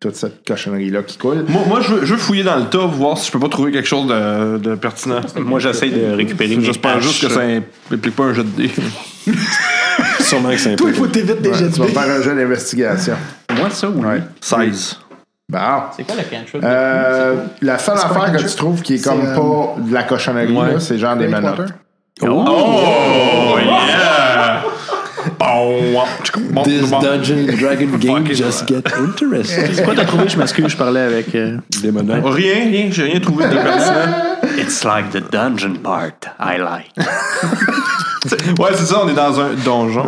[SPEAKER 3] toute cette cochonnerie-là qui coule.
[SPEAKER 7] Moi, moi, je, veux, je veux fouiller dans le tas, voir si je peux pas trouver quelque chose de, de pertinent.
[SPEAKER 6] Moi, j'essaie de récupérer mes
[SPEAKER 7] J'espère juste que
[SPEAKER 6] haches.
[SPEAKER 7] ça implique pas un jeu de dés.
[SPEAKER 1] Sûrement que c'est
[SPEAKER 5] Toi,
[SPEAKER 1] impossible.
[SPEAKER 5] il faut t'éviter des
[SPEAKER 3] Ouais,
[SPEAKER 5] jets de
[SPEAKER 3] tu vas
[SPEAKER 5] dés.
[SPEAKER 3] faire un jeu d'investigation.
[SPEAKER 2] Moi, ça, oui.
[SPEAKER 3] Ouais.
[SPEAKER 7] 16.
[SPEAKER 3] Bon.
[SPEAKER 2] C'est quoi le cantrip?
[SPEAKER 3] Euh, la seule
[SPEAKER 5] C'est pas
[SPEAKER 3] affaire
[SPEAKER 5] un
[SPEAKER 3] que
[SPEAKER 5] jeu.
[SPEAKER 3] tu trouves qui est
[SPEAKER 5] C'est,
[SPEAKER 3] comme
[SPEAKER 5] euh,
[SPEAKER 3] pas de la cochonnerie, là, c'est genre des
[SPEAKER 5] Harry
[SPEAKER 3] menottes.
[SPEAKER 5] Potter.
[SPEAKER 7] Oh, yeah! Bon,
[SPEAKER 1] This Dungeon and Dragon game
[SPEAKER 7] Fucking
[SPEAKER 1] just get interesting.
[SPEAKER 4] C'est quoi Ah, t'as trouvé? Je m'excuse, je parlais avec. euh,
[SPEAKER 1] Des menottes.
[SPEAKER 7] Rien, rien, j'ai rien trouvé de pertinent.
[SPEAKER 6] It's like the dungeon part I like.
[SPEAKER 7] Ouais, c'est ça, on est dans un donjon.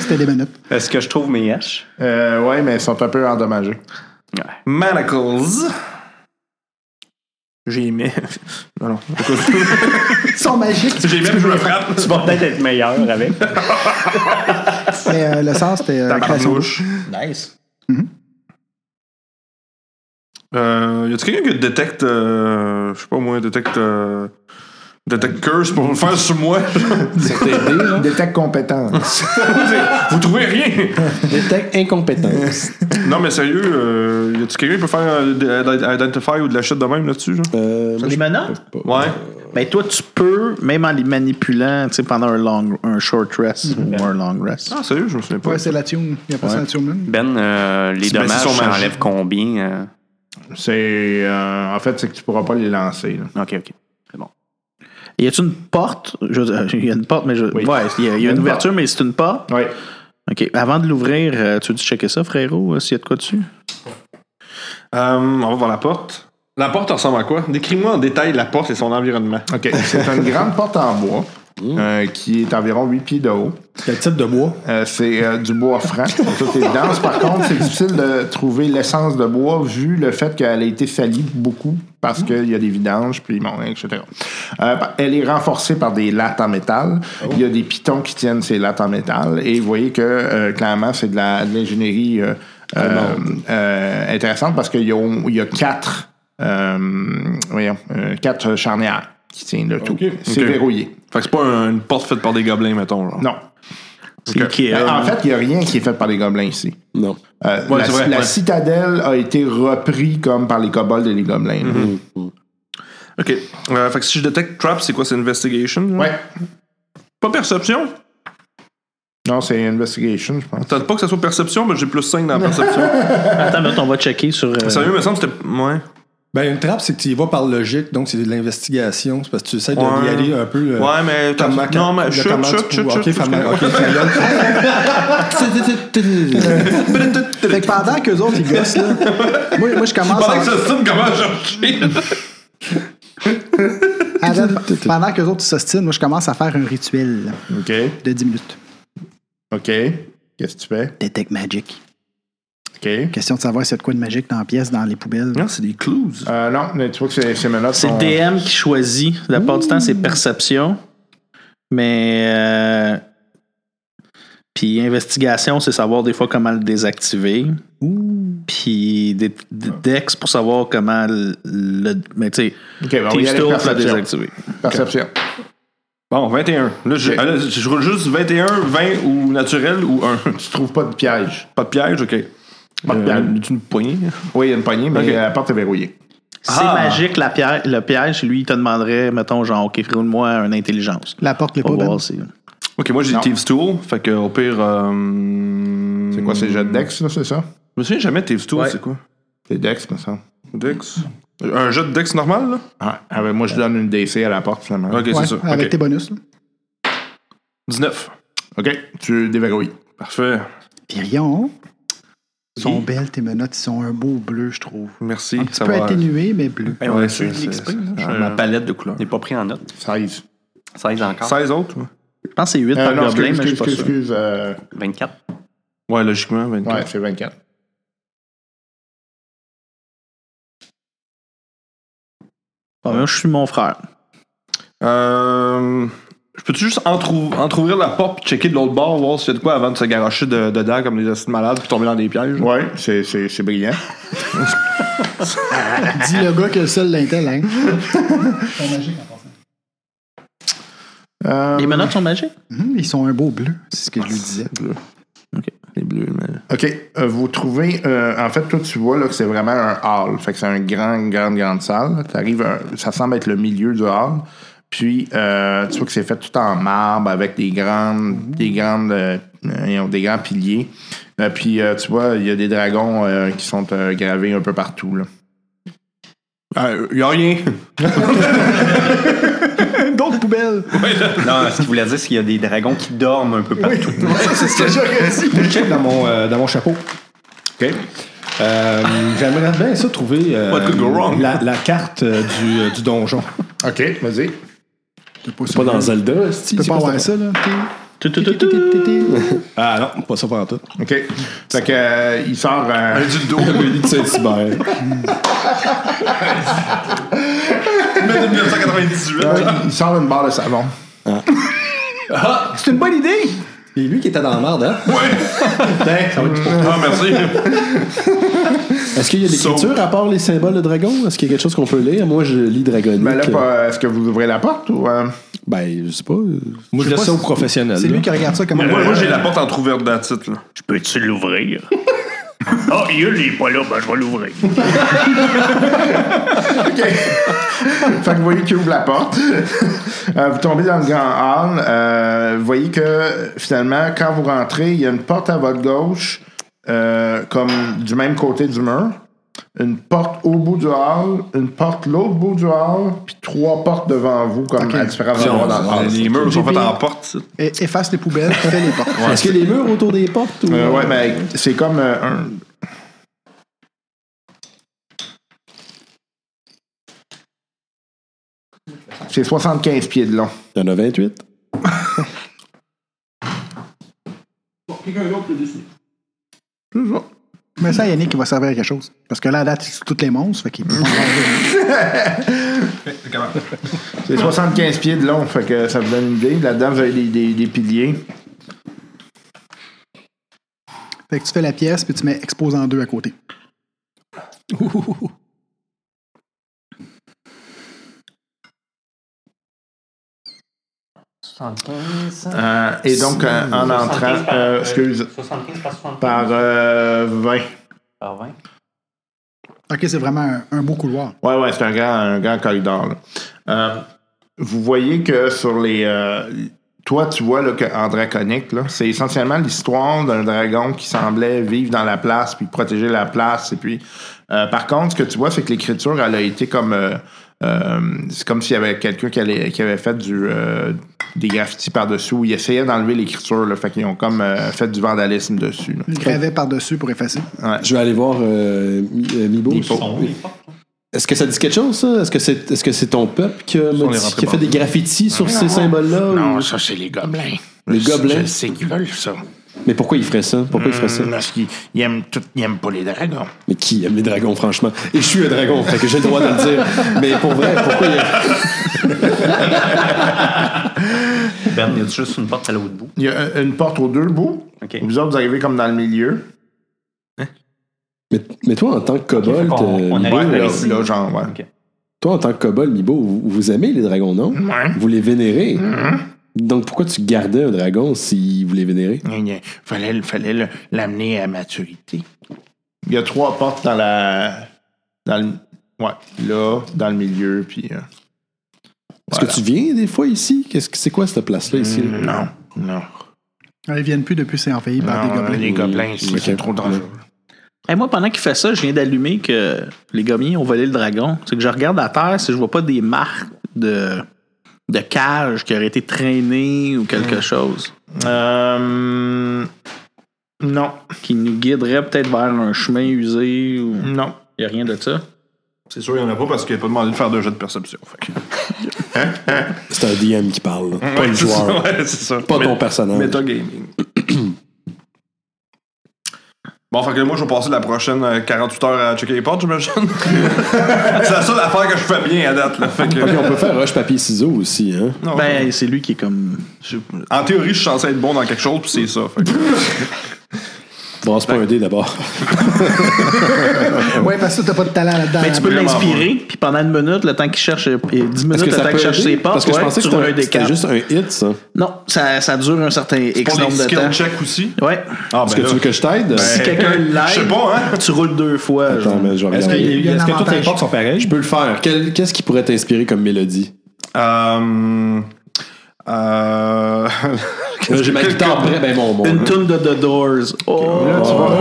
[SPEAKER 5] C'était des menottes.
[SPEAKER 6] Est-ce que je trouve mes haches?
[SPEAKER 3] Euh, ouais, mais elles sont un peu endommagées.
[SPEAKER 7] Manacles. J'ai aimé. Non, non.
[SPEAKER 5] Ils sont magiques.
[SPEAKER 7] J'ai même joué à frappe.
[SPEAKER 6] Tu vas peut-être être meilleur avec.
[SPEAKER 5] Mais euh, le sens, c'était euh, création.
[SPEAKER 7] Tabarnouche.
[SPEAKER 4] Nice.
[SPEAKER 7] Euh, y a-tu quelqu'un qui détecte, euh, je sais pas moi, détecte, euh, détecte curse pour le faire sur moi?
[SPEAKER 3] Détecte compétence.
[SPEAKER 7] Vous trouvez rien!
[SPEAKER 1] Détecte incompétence.
[SPEAKER 7] Non, mais sérieux, euh, y a-tu quelqu'un qui peut faire euh, de- identify ou de la shit de même là-dessus? Genre?
[SPEAKER 1] Euh, moi,
[SPEAKER 4] Les menottes?
[SPEAKER 1] je-
[SPEAKER 7] Ouais.
[SPEAKER 4] Ben, toi, tu peux, même en les manipulant, tu sais, pendant un, long, un short rest ou un long rest.
[SPEAKER 7] Ah, sérieux, je me souviens pas.
[SPEAKER 5] Ouais, c'est la tune. Il n'y a pas ça la tune même.
[SPEAKER 6] Ben, euh, les
[SPEAKER 7] C'est- ben,
[SPEAKER 6] dommages,
[SPEAKER 7] c'est son
[SPEAKER 6] ça
[SPEAKER 7] magie.
[SPEAKER 6] enlève combien? euh?
[SPEAKER 3] c'est. euh, en fait, c'est que tu pourras pas les lancer. là.
[SPEAKER 6] euh? OK, OK. C'est bon.
[SPEAKER 4] Y a-tu une porte? Je veux dire, il y a une porte, mais je. Ouais, il y a, il y a une ouverture, mais c'est une porte.
[SPEAKER 3] Ouais.
[SPEAKER 4] OK. Avant de l'ouvrir, euh, tu veux checker ça, frérot, euh, s'il y a de quoi dessus?
[SPEAKER 7] Euh, on va voir la porte. La porte ressemble à quoi? Décris-moi en détail la porte et son environnement.
[SPEAKER 3] OK. C'est une grande porte en bois euh, qui est environ 8 pieds de haut.
[SPEAKER 9] Quel type de bois?
[SPEAKER 3] Euh, c'est euh, du bois franc, de toute évidence. Par contre, c'est difficile de trouver l'essence de bois vu le fait qu'elle a été salie beaucoup parce qu'il y a des vidanges, puis bon, etc. Euh, elle est renforcée par des lattes en métal. Il y a des pitons qui tiennent ces lattes en métal. Et vous voyez que, euh, clairement, c'est de la- de l'ingénierie euh, euh, euh, intéressante parce qu'il y, a au- il y a quatre, euh, voyons, euh, quatre charnières qui tiennent le tout. C'est
[SPEAKER 7] Ok.
[SPEAKER 3] verrouillé.
[SPEAKER 7] Fait que c'est pas un- une porte faite par des gobelins, mettons. Genre.
[SPEAKER 3] Non.
[SPEAKER 4] C'est Ikea.
[SPEAKER 3] Ben, en fait, il n'y a rien qui est fait par les gobelins ici.
[SPEAKER 1] Non.
[SPEAKER 3] Euh,
[SPEAKER 7] Ouais,
[SPEAKER 3] la,
[SPEAKER 7] c'est vrai,
[SPEAKER 3] la
[SPEAKER 7] ouais.
[SPEAKER 3] citadelle a été reprise comme par les kobolds et les gobelins.
[SPEAKER 7] Ok. Euh, fait que si je détecte trap, c'est quoi? C'est investigation? genre?
[SPEAKER 3] Ouais.
[SPEAKER 7] Pas perception?
[SPEAKER 3] Non, c'est investigation, je pense.
[SPEAKER 7] T'as pas que ça soit perception, mais j'ai plus 5 dans la perception.
[SPEAKER 4] Attends, une minute, on va checker sur. euh,
[SPEAKER 7] Sérieux, il me semble que c'était. Ouais.
[SPEAKER 9] Ben, une trappe, c'est que tu y vas par logique, donc c'est de l'investigation. C'est parce que tu essaies de
[SPEAKER 7] Ouais.
[SPEAKER 9] y aller un peu. euh,
[SPEAKER 7] Ouais, mais.
[SPEAKER 9] Comme
[SPEAKER 7] t'as- Non, mais. Chut, chut, chut,
[SPEAKER 9] Ok,
[SPEAKER 7] chut.
[SPEAKER 9] femme- ok, ta gueule.
[SPEAKER 5] Euh, Fait que pendant qu'eux autres, ils gossent, là, moi, moi, je commence
[SPEAKER 7] Pendant que
[SPEAKER 5] à.
[SPEAKER 7] ça se tourne, comment chercher?
[SPEAKER 5] avec- pendant qu'eux autres ils s'ostinent, moi, je commence à faire un rituel
[SPEAKER 3] OK.
[SPEAKER 5] de 10 minutes.
[SPEAKER 3] OK. Qu'est-ce que tu fais?
[SPEAKER 5] Detect Magic.
[SPEAKER 3] OK.
[SPEAKER 5] Question de savoir s'il y a de quoi de magique dans la pièce, dans les poubelles.
[SPEAKER 7] Non, c'est des clues.
[SPEAKER 3] Euh, non, mais tu vois que c'est- ces menottes
[SPEAKER 4] C'est
[SPEAKER 3] sont...
[SPEAKER 4] DM qui choisit. La part du temps, c'est
[SPEAKER 3] Mmh.
[SPEAKER 4] perception. Mais. euh, Puis investigation, c'est savoir des fois comment le désactiver.
[SPEAKER 3] Mmh.
[SPEAKER 4] Puis des- des dex pour savoir comment le. le- mais tu sais,
[SPEAKER 3] OK, ben, on va
[SPEAKER 4] t'es
[SPEAKER 3] y aller
[SPEAKER 4] juste pour le
[SPEAKER 3] perception.
[SPEAKER 4] désactiver.
[SPEAKER 3] Perception.
[SPEAKER 7] Bon, 21. Là, je,
[SPEAKER 3] Ok.
[SPEAKER 7] ah, là, je roule juste 21, 20 ou naturel ou 1.
[SPEAKER 3] Tu trouves pas de piège.
[SPEAKER 7] Pas de piège, ok.
[SPEAKER 3] Pas de
[SPEAKER 7] Euh,
[SPEAKER 3] piège.
[SPEAKER 7] une poignée.
[SPEAKER 3] Oui, il y a une poignée, mais
[SPEAKER 7] OK.
[SPEAKER 3] la porte est verrouillée.
[SPEAKER 4] C'est
[SPEAKER 7] Ah!
[SPEAKER 4] magique, la pierre, le piège, lui, il te demanderait, mettons, genre, OK, roule-moi une intelligence.
[SPEAKER 5] La porte, les
[SPEAKER 4] Pour
[SPEAKER 5] poubelles.
[SPEAKER 4] voir si-
[SPEAKER 7] Ok, moi j'ai
[SPEAKER 3] Non.
[SPEAKER 7] Thieves Tool. Fait que, au pire. euh,
[SPEAKER 3] C'est quoi, c'est jets de Dex, là, c'est ça?
[SPEAKER 7] Je me souviens jamais de Thieves Tool, c'est quoi
[SPEAKER 3] C'est Dex, me semble.
[SPEAKER 7] Dex Un jet de Dex normal, là
[SPEAKER 3] Ah, ah, ben, moi, je donne une DC à la porte, finalement.
[SPEAKER 7] Ok,
[SPEAKER 5] Ouais,
[SPEAKER 7] c'est ça.
[SPEAKER 5] avec
[SPEAKER 7] Ok.
[SPEAKER 5] tes bonus. là.
[SPEAKER 7] 19.
[SPEAKER 3] OK, tu déverrouilles.
[SPEAKER 7] Parfait.
[SPEAKER 5] Virion, ils sont
[SPEAKER 7] Oui. Hum,
[SPEAKER 5] belles tes menottes. Ils sont un beau bleu, je trouve.
[SPEAKER 7] Merci. euh,
[SPEAKER 5] Un petit peu atténué, mais bleu.
[SPEAKER 7] Ouais,
[SPEAKER 2] on a
[SPEAKER 7] c'est-
[SPEAKER 2] suivi
[SPEAKER 7] c'est-
[SPEAKER 2] l'XP, là.
[SPEAKER 6] hein.
[SPEAKER 7] c'est-
[SPEAKER 4] Euh,
[SPEAKER 7] Ma palette de couleurs.
[SPEAKER 2] J'ai pas pris en note.
[SPEAKER 3] 16.
[SPEAKER 2] 16 encore.
[SPEAKER 7] 16 Ah. autres ouais.
[SPEAKER 4] Je pense que c'est 8
[SPEAKER 3] Euh,
[SPEAKER 4] par
[SPEAKER 3] non,
[SPEAKER 4] gobelin,
[SPEAKER 3] excuse,
[SPEAKER 4] mais je suis
[SPEAKER 3] excuse,
[SPEAKER 4] pas
[SPEAKER 3] excuse, excuse.
[SPEAKER 4] sûr.
[SPEAKER 3] euh,
[SPEAKER 2] 24.
[SPEAKER 7] Ouais, logiquement, 24.
[SPEAKER 3] ouais, c'est 24.
[SPEAKER 4] Bon, Ah, moi, je suis mon frère.
[SPEAKER 7] Euh, je peux-tu juste entrou- entrouvrir la porte puis checker de l'autre bord, voir s'il y a de quoi avant de se garocher de- dedans comme des astuces malades puis tomber dans des pièges?
[SPEAKER 3] Ouais, c'est- c'est c'est brillant.
[SPEAKER 5] Dis le gars que seul l'intel, hein.
[SPEAKER 3] Euh,
[SPEAKER 4] Les menottes sont magiques?
[SPEAKER 5] Hum, ils sont un beau bleu, c'est ce que je lui disais.
[SPEAKER 3] OK. Euh, vous trouvez, euh, en fait, toi, tu vois là, que c'est vraiment un hall. Fait que c'est une grande, grande, grande salle. T'arrives à un- ça semble être le milieu du hall.
[SPEAKER 2] Puis, euh, tu vois que c'est fait tout en marbre avec des grandes, des grandes, euh, euh, ils ont des grands piliers. Euh, puis, euh, tu vois, il y a des dragons euh, qui sont euh, gravés un peu partout. Là.
[SPEAKER 7] Euh, y a rien.
[SPEAKER 5] D'autres poubelles.
[SPEAKER 15] Non, euh, ce qu'il voulait dire, c'est qu'il y a des dragons qui dorment un peu partout.
[SPEAKER 3] c'est ce que j'aurais dit. Je check dans mon, euh, dans mon chapeau. OK. Euh, J'aimerais bien ça trouver euh,
[SPEAKER 7] What could go wrong?
[SPEAKER 3] la, la carte euh, du, euh, du donjon.
[SPEAKER 2] OK, vas-y.
[SPEAKER 9] C'est pas dans Zelda, c'est
[SPEAKER 5] Tu peux pas avoir ça, là.
[SPEAKER 4] Tout, tout, tout, tout.
[SPEAKER 3] Ah non, pas ça pendant tout.
[SPEAKER 2] OK. Fait que, euh, il sort. euh,
[SPEAKER 7] Du dos.
[SPEAKER 9] de Saint-Hubert.
[SPEAKER 7] Mais de 1998.
[SPEAKER 2] il sort une barre de savon.
[SPEAKER 5] C'est une bonne idée!
[SPEAKER 3] C'est lui qui était dans la merde, hein?
[SPEAKER 7] Ah, merci.
[SPEAKER 9] Est-ce qu'il y a des cultures à part les symboles de dragon? Est-ce qu'il y a quelque chose qu'on peut lire? Moi, je lis dragonique.
[SPEAKER 5] Ben,
[SPEAKER 2] Mais Ben là, pas- est-ce que vous ouvrez la porte ou. euh,
[SPEAKER 9] Ben, je sais pas. euh,
[SPEAKER 3] Moi, je
[SPEAKER 5] sais
[SPEAKER 3] laisse
[SPEAKER 5] pas
[SPEAKER 3] ça aux
[SPEAKER 5] si-
[SPEAKER 3] professionnels.
[SPEAKER 5] C'est
[SPEAKER 3] là.
[SPEAKER 5] lui qui regarde ça comme e- un.
[SPEAKER 7] Moi, moi, j'ai la porte entrouverte d'un titre. Là.
[SPEAKER 6] Je peux-tu l'ouvrir? Ah, il n'est pas là, ben je vais l'ouvrir.
[SPEAKER 2] Fait que vous voyez qu'il ouvre la porte. Euh, vous tombez dans le grand hall. Euh, vous voyez que finalement, quand vous rentrez, il y a une porte à votre gauche, euh, comme du même côté du mur. Une porte au bout du hall, une porte l'autre bout du hall, puis trois portes devant vous, comme à différents endroits dans le
[SPEAKER 15] Ah,
[SPEAKER 2] hall.
[SPEAKER 7] les murs sont faits
[SPEAKER 5] pire.
[SPEAKER 7] en porte. titre.
[SPEAKER 5] Et- Efface les poubelles, fais les portes.
[SPEAKER 9] Est-ce qu'il y a des murs autour des portes? Ou...
[SPEAKER 2] Euh, ouais, mais c'est comme euh, un. C'est 75 pieds de long.
[SPEAKER 9] Il y en a 28.
[SPEAKER 5] Mais ça, Yannick, il va servir à quelque chose. Parce que là, à date, c'est toutes les monstres. Fait qu'il
[SPEAKER 7] Hum.
[SPEAKER 5] peut pas en manger.
[SPEAKER 2] C'est 75 pieds de long, fait que ça vous donne une idée. Là-dedans, vous avez des, des- des piliers.
[SPEAKER 5] Fait que tu fais la pièce, puis tu mets expose en deux à côté.
[SPEAKER 2] Euh, et donc, euh, en entrant, euh, excuse,
[SPEAKER 6] 75 par 75.
[SPEAKER 2] par euh, 20.
[SPEAKER 6] par 20.
[SPEAKER 5] OK, c'est vraiment un, un beau couloir.
[SPEAKER 2] Ouais, ouais, c'est un grand, un grand corridor. là. Euh, vous voyez que sur les. euh, toi, tu vois là, que en draconique, là, c'est essentiellement l'histoire d'un dragon qui semblait vivre dans la place, puis protéger la place. Et puis, euh, par contre, ce que tu vois, c'est que l'écriture, elle a été comme. euh, euh, c'est comme s'il y avait quelqu'un qui, allait- qui avait fait du, euh, des graffitis par-dessus, où il essayait d'enlever l'écriture. Là, fait qu'ils ont comme euh, fait du vandalisme dessus. là.
[SPEAKER 5] Il gravait par-dessus pour effacer.
[SPEAKER 9] Je vais aller voir euh, Mi- euh, Mibo. Est-ce que ça dit quelque chose, ça? Est-ce que c'est est -ce c'est ton peuple qui a, modifié-
[SPEAKER 7] rentré
[SPEAKER 9] qui a fait
[SPEAKER 7] par-
[SPEAKER 9] des graffitis sur ces symboles-là?
[SPEAKER 2] Non,
[SPEAKER 9] ou-
[SPEAKER 2] Ah, ça, c'est les gobelins.
[SPEAKER 9] Les gobelins?
[SPEAKER 2] Je sais qu'ils veulent ça.
[SPEAKER 9] Mais pourquoi il ferait ça? Pourquoi il ferait
[SPEAKER 5] Hmm.
[SPEAKER 9] ça?
[SPEAKER 2] Parce qu'ils ils aiment, tout- ils aiment pas les dragons.
[SPEAKER 9] Mais qui aime les dragons, franchement? Et je suis un dragon, fait que j'ai le droit de le dire. Mais pour vrai, pourquoi il...
[SPEAKER 6] Ben, il y a juste une porte à l'autre bout.
[SPEAKER 2] Il y a euh, une porte aux deux bouts.
[SPEAKER 6] OK.
[SPEAKER 2] Vous autres, vous arrivez comme dans le milieu.
[SPEAKER 9] Mais, mais toi, en tant que
[SPEAKER 6] fait
[SPEAKER 9] kobold,
[SPEAKER 6] qu'on-
[SPEAKER 9] euh,
[SPEAKER 6] on
[SPEAKER 9] Mibo,
[SPEAKER 6] arrive
[SPEAKER 9] là,
[SPEAKER 2] Là,
[SPEAKER 6] ici.
[SPEAKER 2] là, genre, ouais.
[SPEAKER 9] toi, en tant que kobold, Mibo, vous, vous aimez les dragons, non?
[SPEAKER 2] Ouais. Mm.
[SPEAKER 9] Vous les vénérez. Donc pourquoi tu gardais un dragon si vous les vénérez?
[SPEAKER 2] Il y a- Fallait, le- fallait le- l'amener à maturité. Il y a trois portes dans la. Dans le, ouais, là, dans le milieu, puis. euh,
[SPEAKER 9] Est-ce
[SPEAKER 2] Voilà.
[SPEAKER 9] que tu viens des fois ici? Qu'est-ce que c'est quoi cette place-là ici?
[SPEAKER 6] Hmm.
[SPEAKER 9] là?
[SPEAKER 2] non, non.
[SPEAKER 5] Ah, Ils viennent plus depuis c'est envahi
[SPEAKER 3] Ah,
[SPEAKER 5] par des
[SPEAKER 2] Non,
[SPEAKER 5] gobelins.
[SPEAKER 2] Les gobelins, c'est
[SPEAKER 9] Ok.
[SPEAKER 2] c'est trop dangereux.
[SPEAKER 4] Hey, Eh, moi, pendant qu'il fait ça, je viens d'allumer que les gommiers ont volé le dragon. C'est que je regarde à terre si je vois pas des marques de, de cage qui auraient été traînées ou
[SPEAKER 9] Hmm.
[SPEAKER 4] quelque chose
[SPEAKER 2] Euh, non,
[SPEAKER 4] qui nous guiderait peut-être vers un chemin usé ou.
[SPEAKER 2] non.
[SPEAKER 4] Il n'y a rien de ça.
[SPEAKER 7] C'est sûr, il n'y en a pas parce qu'il n'a pas demandé de faire deux jeux de perception. Fait. que- Hein?
[SPEAKER 9] C'est un DM qui parle, là. pas le
[SPEAKER 7] Ouais, c'est ça,
[SPEAKER 9] joueur,
[SPEAKER 7] ouais, c'est ça.
[SPEAKER 9] pas
[SPEAKER 7] Mais-
[SPEAKER 9] ton personnage.
[SPEAKER 7] Metagaming. bon, fait que moi, je vais passer la prochaine euh, 48 heures à checker les portes, j'imagine. c'est la seule affaire que je fais bien à date. Là. Fait que,
[SPEAKER 9] Ok, on peut faire roche, papier, ciseaux aussi. Hein?
[SPEAKER 7] non,
[SPEAKER 4] Ben, c'est lui qui est comme.
[SPEAKER 7] je- en théorie, je suis censé être bon dans quelque chose, puis c'est ça. Fait que-
[SPEAKER 9] Brasse
[SPEAKER 5] Ben,
[SPEAKER 9] pas un dé d'abord.
[SPEAKER 5] Ouais, parce que t'as pas de talent là-dedans.
[SPEAKER 4] Mais Ben, tu peux
[SPEAKER 7] vraiment
[SPEAKER 4] l'inspirer, puis pendant une minute, le temps qu'il cherche, et 10 minutes,
[SPEAKER 9] Est-ce
[SPEAKER 4] le temps qu'il
[SPEAKER 9] peut
[SPEAKER 4] cherche
[SPEAKER 9] aider?
[SPEAKER 4] ses portes,
[SPEAKER 9] Parce que je
[SPEAKER 4] ouais,
[SPEAKER 9] pensais que
[SPEAKER 4] tu roules
[SPEAKER 9] c'était un-
[SPEAKER 4] des
[SPEAKER 9] c'était
[SPEAKER 4] quatre.
[SPEAKER 9] juste un hit, ça.
[SPEAKER 7] Ah,
[SPEAKER 9] Est-ce
[SPEAKER 4] Non, ça, ça dure un certain X
[SPEAKER 7] Pour les
[SPEAKER 4] nombre de
[SPEAKER 7] skill
[SPEAKER 4] temps.
[SPEAKER 7] check aussi.
[SPEAKER 4] Ouais.
[SPEAKER 7] Ah, ben
[SPEAKER 9] que
[SPEAKER 7] là,
[SPEAKER 9] tu veux que je t'aide?
[SPEAKER 4] Si quelqu'un l'aide,
[SPEAKER 7] je sais pas, hein.
[SPEAKER 4] tu roules deux fois. genre.
[SPEAKER 9] Attends, mais je vais
[SPEAKER 3] Est-ce que,
[SPEAKER 9] regarder.
[SPEAKER 5] y a un
[SPEAKER 3] est-ce que toutes les
[SPEAKER 5] avantage?
[SPEAKER 3] portes sont pareilles?
[SPEAKER 9] Je peux le faire. Quel- Qu'est-ce qui pourrait t'inspirer comme mélodie?
[SPEAKER 7] Euh, euh,
[SPEAKER 9] Là, j'ai ma guitare prête, ben mon bon.
[SPEAKER 4] Une toune de The Doors. Oh.
[SPEAKER 3] Là, tu vas.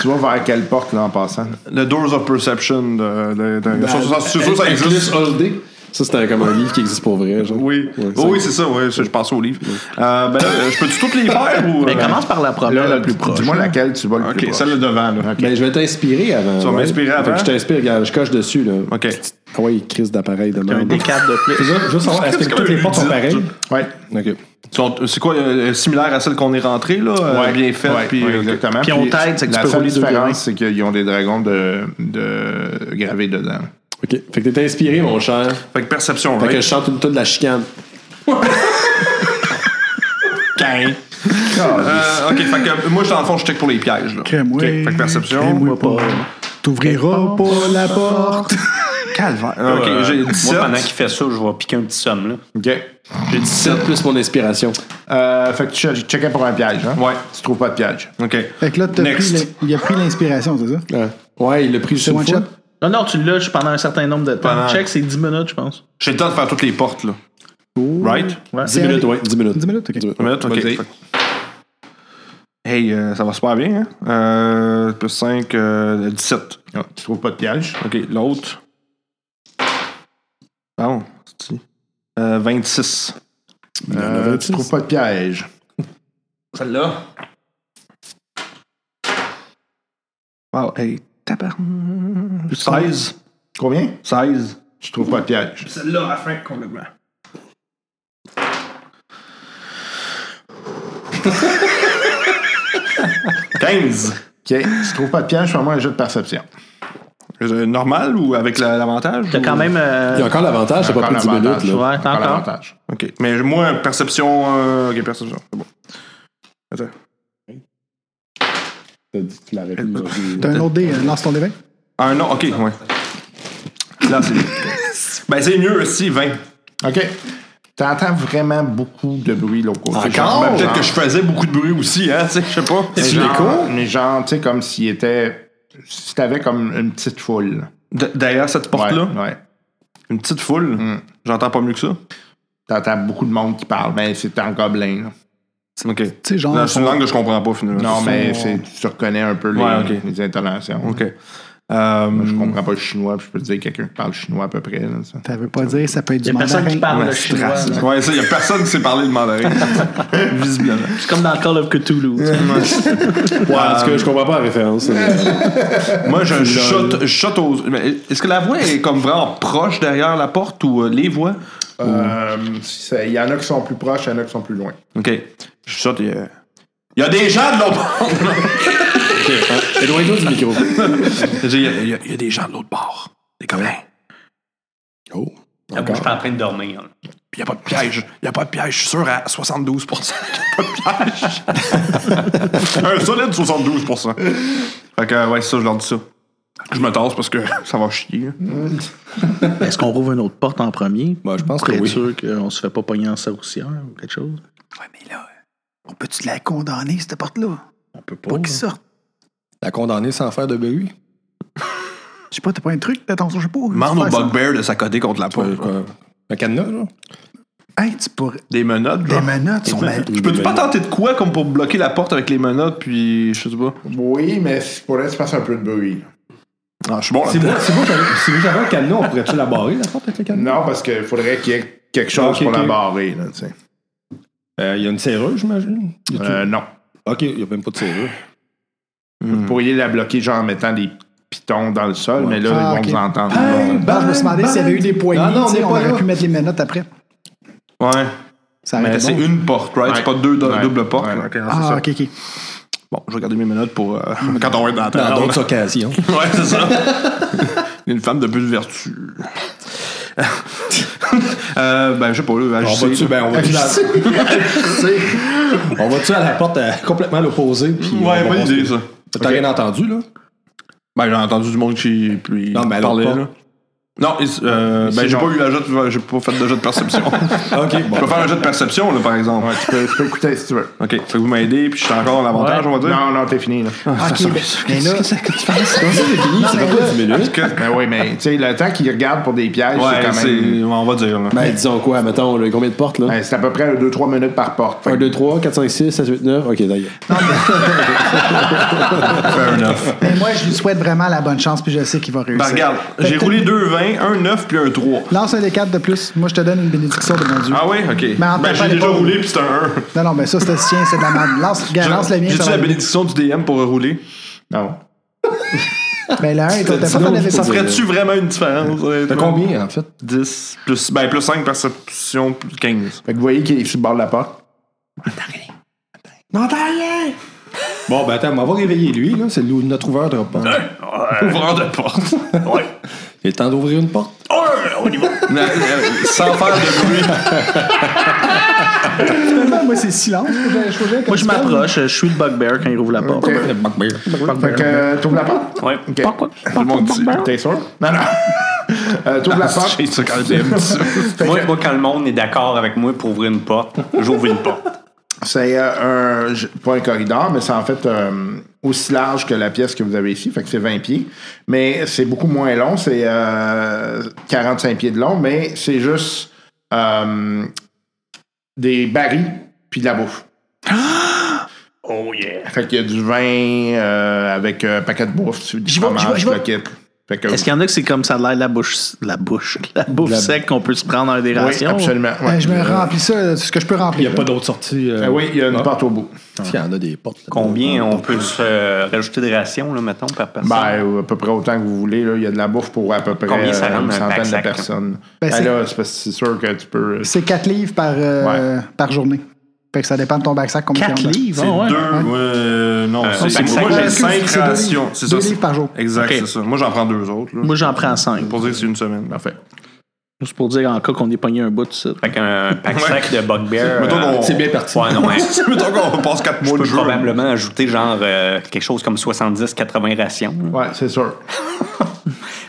[SPEAKER 3] Tu vas vers quelle porte, là, en passant?
[SPEAKER 7] The Doors of Perception. De, de, de-
[SPEAKER 4] Ben,
[SPEAKER 7] je suis sûr- je suis Ah, sûr que ça existe.
[SPEAKER 9] Ça, c'était comme un livre qui existe pour vrai. Genre.
[SPEAKER 7] Oui,
[SPEAKER 9] Ouais,
[SPEAKER 7] Oh, oui, c'est ça, oui, ça, je pense au livre. Euh, ben là, euh, je peux-tu toutes les faire ou. euh,
[SPEAKER 9] Ben,
[SPEAKER 4] Mais commence par la première, la plus proche.
[SPEAKER 3] Dis-moi laquelle tu vas le plus
[SPEAKER 7] Ok,
[SPEAKER 3] proche.
[SPEAKER 7] celle de devant, là.
[SPEAKER 9] Ben, je vais t'inspirer avant.
[SPEAKER 7] Tu vas m'inspirer
[SPEAKER 9] Fait que
[SPEAKER 7] avant?
[SPEAKER 9] je t'inspire, regarde, je coche dessus. Là.
[SPEAKER 7] Ok.
[SPEAKER 9] Ah oui, crise d'appareil de
[SPEAKER 4] Un
[SPEAKER 9] merde.
[SPEAKER 4] des quatre de
[SPEAKER 9] C'est
[SPEAKER 4] plus.
[SPEAKER 9] ça, juste savoir, est-ce
[SPEAKER 7] C'est
[SPEAKER 9] que
[SPEAKER 7] comme
[SPEAKER 9] toutes les
[SPEAKER 7] un
[SPEAKER 9] portes sont
[SPEAKER 7] bidon,
[SPEAKER 9] pareilles?
[SPEAKER 3] Ouais,
[SPEAKER 9] Ok.
[SPEAKER 7] Sont- C'est quoi, euh, similaire à celle qu'on est rentré, là? euh,
[SPEAKER 3] ouais,
[SPEAKER 7] bien faite,
[SPEAKER 3] ouais,
[SPEAKER 7] puis.
[SPEAKER 3] ouais, exactement.
[SPEAKER 4] Puis on t'aide, c'est que
[SPEAKER 3] la
[SPEAKER 4] tu peux
[SPEAKER 3] seule
[SPEAKER 4] rouler deux
[SPEAKER 3] différence, c'est qu'ils ont des dragons de, de gravés dedans.
[SPEAKER 9] Ok. Fait que t'es inspiré, mon cher.
[SPEAKER 7] Fait que perception,
[SPEAKER 9] Fait
[SPEAKER 7] right?
[SPEAKER 9] que je chante une toute de la chicane.
[SPEAKER 7] Euh, ok, fait que moi, dans le fond, je check pour les pièges, là.
[SPEAKER 5] Crème, oui.
[SPEAKER 7] Fait que perception.
[SPEAKER 5] Crème, oui, pas. T'ouvriras pas la porte.
[SPEAKER 7] Calvaire. Euh, Ok,
[SPEAKER 6] Euh,
[SPEAKER 7] j'ai
[SPEAKER 6] Moi,
[SPEAKER 7] 17.
[SPEAKER 6] pendant qu'il fait ça, je vais piquer un petit somme. Là.
[SPEAKER 3] OK.
[SPEAKER 9] J'ai 17 plus mon inspiration.
[SPEAKER 3] Euh, fait que tu cherches- checkais pour un piège, hein?
[SPEAKER 7] Ouais.
[SPEAKER 3] Tu trouves pas de piège.
[SPEAKER 7] Ok.
[SPEAKER 5] Fait que là, t'as pris
[SPEAKER 7] Next.
[SPEAKER 5] l'in- il a pris l'inspiration, c'est ça?
[SPEAKER 9] Ouais, Euh, ouais il l'a pris juste
[SPEAKER 5] C'est
[SPEAKER 9] une
[SPEAKER 5] one shot?
[SPEAKER 9] fois.
[SPEAKER 4] Non, non, tu l'as pendant un certain nombre de temps.
[SPEAKER 7] Pendant-
[SPEAKER 4] Check, c'est 10 minutes, je pense.
[SPEAKER 7] J'ai le temps de faire toutes les portes, là. Right?
[SPEAKER 4] Ouais.
[SPEAKER 9] 10 minutes, ouais, 10 minutes.
[SPEAKER 5] 10 minutes, ok.
[SPEAKER 7] Une minute, ok.
[SPEAKER 3] Vas-y.
[SPEAKER 7] Fait- Hey, euh, ça va super bien, hein? Euh, plus 5, 17.
[SPEAKER 3] Ah, tu trouves pas de piège.
[SPEAKER 7] Ok, l'autre. Pardon, c'est-tu? Euh, 26.
[SPEAKER 3] Euh, tu trouves pas de piège.
[SPEAKER 7] Celle-là. Wow, hey, tabarn. 16.
[SPEAKER 3] Combien?
[SPEAKER 7] 16.
[SPEAKER 3] Tu trouves pas de piège.
[SPEAKER 7] Celle-là, à la fin, complètement.
[SPEAKER 3] OK. Tu trouves pas de piège, fais-moi un jeu de perception.
[SPEAKER 7] Euh, Normal ou avec la- l'avantage?
[SPEAKER 4] T'as
[SPEAKER 7] ou-
[SPEAKER 4] quand même. euh,
[SPEAKER 9] Il y a encore l'avantage, c'est pas
[SPEAKER 3] Encore
[SPEAKER 9] pris 10 minutes.
[SPEAKER 3] l'avantage.
[SPEAKER 9] Là.
[SPEAKER 4] Ouais, t'as
[SPEAKER 3] Encore
[SPEAKER 4] encore.
[SPEAKER 3] l'avantage.
[SPEAKER 7] Ok, mais moi, perception. euh, Ok, perception, c'est bon. Attends.
[SPEAKER 9] T'as dit que tu l'avais pris aujourd'hui.
[SPEAKER 5] T'as un autre dé, euh, lance ton dé 20.
[SPEAKER 7] Un an, Ah, ok, ouais. Là, c'est. ben, c'est mieux aussi, 20.
[SPEAKER 3] OK. T'entends vraiment beaucoup de bruit, là, au côté.
[SPEAKER 7] Ben, Peut-être que je faisais beaucoup de bruit aussi, hein, tu sais, je sais pas.
[SPEAKER 3] Tu l'écoutes? Mais genre, tu sais, comme s'il était. Si t'avais comme une petite foule.
[SPEAKER 7] D- Derrière cette
[SPEAKER 3] Ouais,
[SPEAKER 7] porte-là,
[SPEAKER 3] ouais.
[SPEAKER 7] une petite foule, j'entends pas mieux que ça.
[SPEAKER 3] T'entends beaucoup de monde qui parle, mais c'est en gobelin. là.
[SPEAKER 7] Ok.
[SPEAKER 5] Tu sais, genre.
[SPEAKER 7] Là, C'est une
[SPEAKER 5] on-
[SPEAKER 7] langue que je comprends pas, finalement.
[SPEAKER 3] Ah, Non, mais c'est- tu reconnais un peu les,
[SPEAKER 7] Ouais, ok.
[SPEAKER 3] les intonations.
[SPEAKER 7] Ok.
[SPEAKER 3] Moi,
[SPEAKER 7] Euh,
[SPEAKER 3] Je comprends pas le chinois, puis je peux te dire quelqu'un qui parle chinois à peu près. là, ça.
[SPEAKER 5] Ça veut pas dire, ça peut être
[SPEAKER 4] Il y
[SPEAKER 5] du
[SPEAKER 4] a personne qui
[SPEAKER 5] mandarin.
[SPEAKER 4] parle le chinois. là.
[SPEAKER 7] Ouais, ça, y a personne qui sait parler le mandarin. Visiblement.
[SPEAKER 4] C'est comme dans Call of Cthulhu. tu sais.
[SPEAKER 9] Ouais, en tout cas, je comprends pas la référence.
[SPEAKER 7] Moi, je shot, je shot aux. mais Est-ce que la voix est comme vraiment proche derrière la porte ou euh, les voix?
[SPEAKER 3] Euh, c'est- Il y en a qui sont plus proches, il y en a qui sont plus loin.
[SPEAKER 7] OK. Je shot. Il y a- il y a des gens de l'autre bord!
[SPEAKER 3] hein.
[SPEAKER 9] Éloigne-toi du micro.
[SPEAKER 7] Il y, a- il y a- il y a des gens de l'autre bord. Des gobelins.
[SPEAKER 9] Oh.
[SPEAKER 6] Là, moi, je suis en train de dormir. là.
[SPEAKER 7] Il n'y a pas de piège. Il n'y a pas de piège. Je suis sûr à 72 qu'il n'y a pas de piège. Un solide 72 Fait que, ouais, ça, je leur dis ça. Je me tasse parce que ça va chier.
[SPEAKER 4] Est-ce qu'on rouvre une autre porte en premier?
[SPEAKER 9] Bah, je pense
[SPEAKER 4] Pour
[SPEAKER 9] que
[SPEAKER 4] être
[SPEAKER 9] oui.
[SPEAKER 4] sûr qu'on se fait pas pogner en saucière ou quelque chose?
[SPEAKER 5] Ouais, mais là, on peut-tu la condamner, cette porte-là?
[SPEAKER 4] On peut pas.
[SPEAKER 5] Pas qu'il sorte.
[SPEAKER 9] hein. La condamnée sans faire de bruit.
[SPEAKER 5] Je sais pas, t'as pas un truc dans ton chapeau?
[SPEAKER 7] Mande au
[SPEAKER 5] Faire ça.
[SPEAKER 7] bugbear de s'accoter contre la porte.
[SPEAKER 9] Un cadenas, là?
[SPEAKER 5] Hey, tu pourrais.
[SPEAKER 7] Des menottes,
[SPEAKER 5] Les
[SPEAKER 7] genre.
[SPEAKER 5] menottes sont mal.
[SPEAKER 7] Je peux-tu pas tenter de quoi comme pour bloquer la porte avec les menottes, puis je sais pas.
[SPEAKER 3] Oui, mais c'est- pour l'instant, ça passe un peu de bruit.
[SPEAKER 7] Ah, je suis bon là.
[SPEAKER 2] Si moi, si moi j'avais si moi, j'avais un cadenas, on pourrait-tu la barrer, la porte, avec le cadenas?
[SPEAKER 3] Non, parce qu'il faudrait qu'il y ait quelque chose
[SPEAKER 2] Ok,
[SPEAKER 3] pour la
[SPEAKER 2] ok.
[SPEAKER 3] barrer. là, tu sais.
[SPEAKER 2] Il y a une serrure, j'imagine. Y a-tu-
[SPEAKER 3] Euh, non.
[SPEAKER 2] Ok, il n'y a même pas de serrure. Hmm.
[SPEAKER 3] Vous pourriez la bloquer genre en mettant des pitons dans le sol, mais là,
[SPEAKER 5] Ah,
[SPEAKER 3] ils vont
[SPEAKER 5] ok.
[SPEAKER 3] vous entendre.
[SPEAKER 5] Bon, je me suis demandé s'il y avait eu des poignées.
[SPEAKER 2] Non, non, on
[SPEAKER 5] tu sais,
[SPEAKER 2] n'est
[SPEAKER 5] on
[SPEAKER 2] pas
[SPEAKER 5] aurait
[SPEAKER 2] là.
[SPEAKER 5] pu mettre les menottes après.
[SPEAKER 7] Ouais.
[SPEAKER 5] Ça aurait
[SPEAKER 7] Mais
[SPEAKER 5] été
[SPEAKER 7] c'est
[SPEAKER 5] bon.
[SPEAKER 7] une porte, right? C'est
[SPEAKER 3] Ouais.
[SPEAKER 7] pas deux do-
[SPEAKER 3] Ouais.
[SPEAKER 7] doubles portes.
[SPEAKER 3] Ouais.
[SPEAKER 7] là. Ok, c'est
[SPEAKER 5] Ah,
[SPEAKER 7] ça.
[SPEAKER 5] ok, ok.
[SPEAKER 7] Bon, je vais garder mes menottes pour euh, quand on va être dans
[SPEAKER 2] Dans
[SPEAKER 7] la taverne.
[SPEAKER 2] d'autres occasions.
[SPEAKER 7] Ouais, c'est ça. Une femme de plus de vertu. Euh, ben, je sais pas, là,
[SPEAKER 2] On
[SPEAKER 7] agissez,
[SPEAKER 2] va-tu
[SPEAKER 7] là.
[SPEAKER 2] ben, on va-tu la- on va-tu à la porte euh, complètement à l'opposé? puis on va
[SPEAKER 7] Ouais, bonne
[SPEAKER 2] voir
[SPEAKER 7] idée,
[SPEAKER 2] ce-
[SPEAKER 7] ça.
[SPEAKER 2] T'as rien entendu, là?
[SPEAKER 7] Ben, j'ai entendu du monde qui puis
[SPEAKER 2] Non, mais à l'autre
[SPEAKER 7] parlait,
[SPEAKER 2] porte.
[SPEAKER 7] là. Non, il s- euh, ben, j'ai pas eu la jet, j'ai pas fait de jet de perception. ok. Je peux faire un jet de perception, là, par exemple.
[SPEAKER 3] Ouais, tu peux, tu peux écouter si tu veux.
[SPEAKER 7] Ok. Fait que vous m'aidez, puis je suis encore en avantage, on va dire.
[SPEAKER 3] Non, non, t'es fini, là.
[SPEAKER 5] ok, ben, mais là,
[SPEAKER 7] Parce que-
[SPEAKER 3] Ben oui, mais tu sais, le temps qu'ils regardent pour des pièges, c'est
[SPEAKER 7] Ouais,
[SPEAKER 3] quand même.
[SPEAKER 7] c'est. On va dire, là.
[SPEAKER 9] Ben, disons quoi, mettons, là, combien de portes, là?
[SPEAKER 3] Ben, c'est à peu près 2-3 minutes par porte. Fait
[SPEAKER 9] 1,
[SPEAKER 3] que-
[SPEAKER 9] 2, 3, 4, 5, 6, 7, 8, 9. Ok, d'ailleurs.
[SPEAKER 7] Fair enough.
[SPEAKER 5] mais Ben, moi, je lui souhaite vraiment la bonne chance, puis je sais qu'il va réussir.
[SPEAKER 7] Ben, regarde,
[SPEAKER 5] Fait
[SPEAKER 7] j'ai
[SPEAKER 5] que
[SPEAKER 7] roulé deux 20, un 9 puis un 3.
[SPEAKER 5] Lance un des quatre de plus. Moi, je te donne une bénédiction de mon Dieu.
[SPEAKER 7] Ah oui? Ok.
[SPEAKER 5] Mais en
[SPEAKER 7] Ben,
[SPEAKER 5] tapant
[SPEAKER 7] j'ai
[SPEAKER 5] les
[SPEAKER 7] déjà
[SPEAKER 5] pauvres.
[SPEAKER 7] roulé puis c'est un 1.
[SPEAKER 5] Non, non, ben ça, c'est le sien, c'est de la merde. Lance, regarde, lance le mien.
[SPEAKER 7] J'ai-tu
[SPEAKER 5] ça va
[SPEAKER 7] la
[SPEAKER 5] aller.
[SPEAKER 7] bénédiction du DM pour rouler?
[SPEAKER 3] Non.
[SPEAKER 5] Ben le 1, t'as pas fait la
[SPEAKER 7] Ça
[SPEAKER 3] Euh,
[SPEAKER 5] bénédiction.
[SPEAKER 7] ferait-tu vraiment une différence?
[SPEAKER 9] T'as combien, en fait?
[SPEAKER 7] 10. Plus, ben, plus 5 perception, plus 15.
[SPEAKER 3] Fait que vous voyez qu'il est sur le bord de la porte.
[SPEAKER 16] Bon, ben attends, on va réveiller lui, là. C'est le- notre ouvreur de repas.
[SPEAKER 7] Ouvreur de porte. Ouais.
[SPEAKER 9] Il est temps d'ouvrir une porte.
[SPEAKER 7] Oh, on y va. Mais, euh, Sans faire de bruit.
[SPEAKER 5] Moi, c'est silence.
[SPEAKER 4] Moi, je m'approche, je suis le bugbear quand il ouvre la porte.
[SPEAKER 3] Fait que euh, t'ouvres la porte?
[SPEAKER 6] Ouais.
[SPEAKER 3] Ok.
[SPEAKER 7] Tout le monde dit.
[SPEAKER 3] T'es sûr? Non, non. Euh, t'ouvres la porte.
[SPEAKER 7] J'ai Ah, ça quand le DM dit ça.
[SPEAKER 6] Moi, moi, quand le monde est d'accord avec moi pour ouvrir une porte, j'ouvre une porte.
[SPEAKER 3] C'est euh, un, j- pas un corridor, mais c'est en fait euh, aussi large que la pièce que vous avez ici, fait que c'est 20 pieds. Mais c'est beaucoup moins long, c'est euh, 45 pieds de long, mais c'est juste euh, des barils puis de la bouffe. oh yeah! Fait qu'il y a du vin euh, avec un paquet de bouffe, du
[SPEAKER 4] J'y vais, j'y vais,
[SPEAKER 3] fromage,
[SPEAKER 4] j'y vais.
[SPEAKER 3] le kit. Fait que,
[SPEAKER 4] Est-ce qu'il y en a que c'est comme ça de l'air de la bouche, la bouche, la bouffe sec qu'on peut se prendre un des
[SPEAKER 3] oui,
[SPEAKER 4] rations?
[SPEAKER 3] absolument. ouais.
[SPEAKER 5] Ben, je me remplis ça, euh, c'est ce que je peux
[SPEAKER 16] Il n'y
[SPEAKER 5] remplir.
[SPEAKER 16] a pas d'autre sortie. euh,
[SPEAKER 3] Ah oui, il y a une
[SPEAKER 16] Ah.
[SPEAKER 3] porte au bout.
[SPEAKER 9] Il y en a des portes. là-dedans.
[SPEAKER 6] Combien on peut se euh, rajouter de rations, là, mettons, par personne?
[SPEAKER 3] Ben, à peu près autant que vous voulez. Là. Il y a de la bouffe pour à peu près
[SPEAKER 6] Combien ça
[SPEAKER 3] euh,
[SPEAKER 6] rend
[SPEAKER 3] une
[SPEAKER 6] un
[SPEAKER 3] centaine
[SPEAKER 6] pack
[SPEAKER 3] de
[SPEAKER 6] sac, là?
[SPEAKER 3] personnes.
[SPEAKER 5] Ben,
[SPEAKER 3] Ben,
[SPEAKER 5] c'est-
[SPEAKER 3] là, c'est parce que c'est sûr que tu peux. euh,
[SPEAKER 5] C'est 4 livres par, euh, par journée. Fait que ça dépend de ton backsack combien
[SPEAKER 4] 4
[SPEAKER 5] il y en a.
[SPEAKER 4] livres,
[SPEAKER 7] C'est
[SPEAKER 4] ah ouais.
[SPEAKER 7] deux.
[SPEAKER 5] Hein?
[SPEAKER 7] ouais, euh, non, c'est-
[SPEAKER 6] cinq,
[SPEAKER 7] c'est- moi
[SPEAKER 6] cinq,
[SPEAKER 7] j'ai
[SPEAKER 5] excuse,
[SPEAKER 7] cinq
[SPEAKER 5] c'est deux
[SPEAKER 7] rations.
[SPEAKER 5] livres.
[SPEAKER 7] C'est
[SPEAKER 5] Deux
[SPEAKER 7] ça,
[SPEAKER 5] livres par jour.
[SPEAKER 7] Exact,
[SPEAKER 4] Ok.
[SPEAKER 7] c'est ça. Moi j'en prends deux autres. là.
[SPEAKER 4] Moi, j'en prends 5.
[SPEAKER 7] Pour dire que c'est une semaine. Parfait.
[SPEAKER 4] Juste pour dire en cas qu'on est pogné un bout de ça.
[SPEAKER 6] Fait qu'un pack sac de bugbear.
[SPEAKER 7] Mettons qu'on- C'est bien
[SPEAKER 6] parti. Ouais, non, mais je
[SPEAKER 7] Mettons qu'on passe quatre mois
[SPEAKER 6] peux
[SPEAKER 7] de jeu.
[SPEAKER 6] probablement ajouter genre euh, quelque chose comme 70-80 rations. là.
[SPEAKER 3] Ouais, c'est sûr.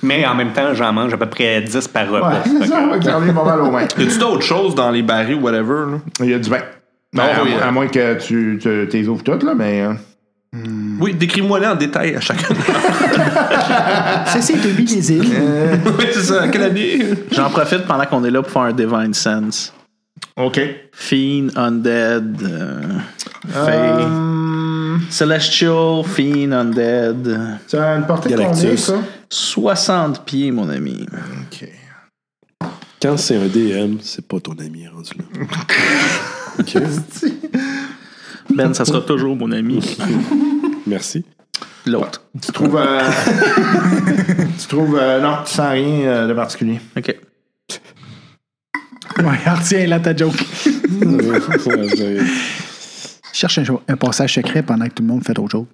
[SPEAKER 6] Mais en même temps, j'en mange à peu près 10 par repas.
[SPEAKER 3] Ouais, c'est ça, on va garder pas mal au moins.
[SPEAKER 7] Y a-tu d'autres choses dans les barils ou whatever? là?
[SPEAKER 3] Il y a du vin.
[SPEAKER 7] Non,
[SPEAKER 3] Ben, à,
[SPEAKER 6] euh,
[SPEAKER 7] oui.
[SPEAKER 3] à moins que tu te, t'es ouvres toutes, là, mais. euh,
[SPEAKER 7] Oui, décris-moi-les en détail à chacun.
[SPEAKER 4] Ah.
[SPEAKER 5] C'est c'est de lui des îles.
[SPEAKER 7] oui, c'est ça. Quelle année?
[SPEAKER 4] J'en profite pendant qu'on est là pour faire un Divine Sense.
[SPEAKER 3] OK.
[SPEAKER 4] Fiend, Undead, euh, Fae. Euh,
[SPEAKER 3] Hum,
[SPEAKER 4] Celestial, Fiend, Undead.
[SPEAKER 3] C'est une portée de
[SPEAKER 9] Galactus.
[SPEAKER 3] combien, ça?
[SPEAKER 4] 60 pieds, mon ami.
[SPEAKER 3] OK.
[SPEAKER 9] Quand c'est un DM, c'est pas ton ami rendu là. ok,
[SPEAKER 4] Ben, ça sera toujours mon ami.
[SPEAKER 9] merci.
[SPEAKER 4] L'autre.
[SPEAKER 3] Tu trouves. euh, tu trouves. euh, non, tu sens rien euh, de particulier.
[SPEAKER 4] OK.
[SPEAKER 5] Ouais, retiens là ta joke.
[SPEAKER 9] Moi,
[SPEAKER 5] Cherche un, un passage secret pendant que tout le monde fait autre chose.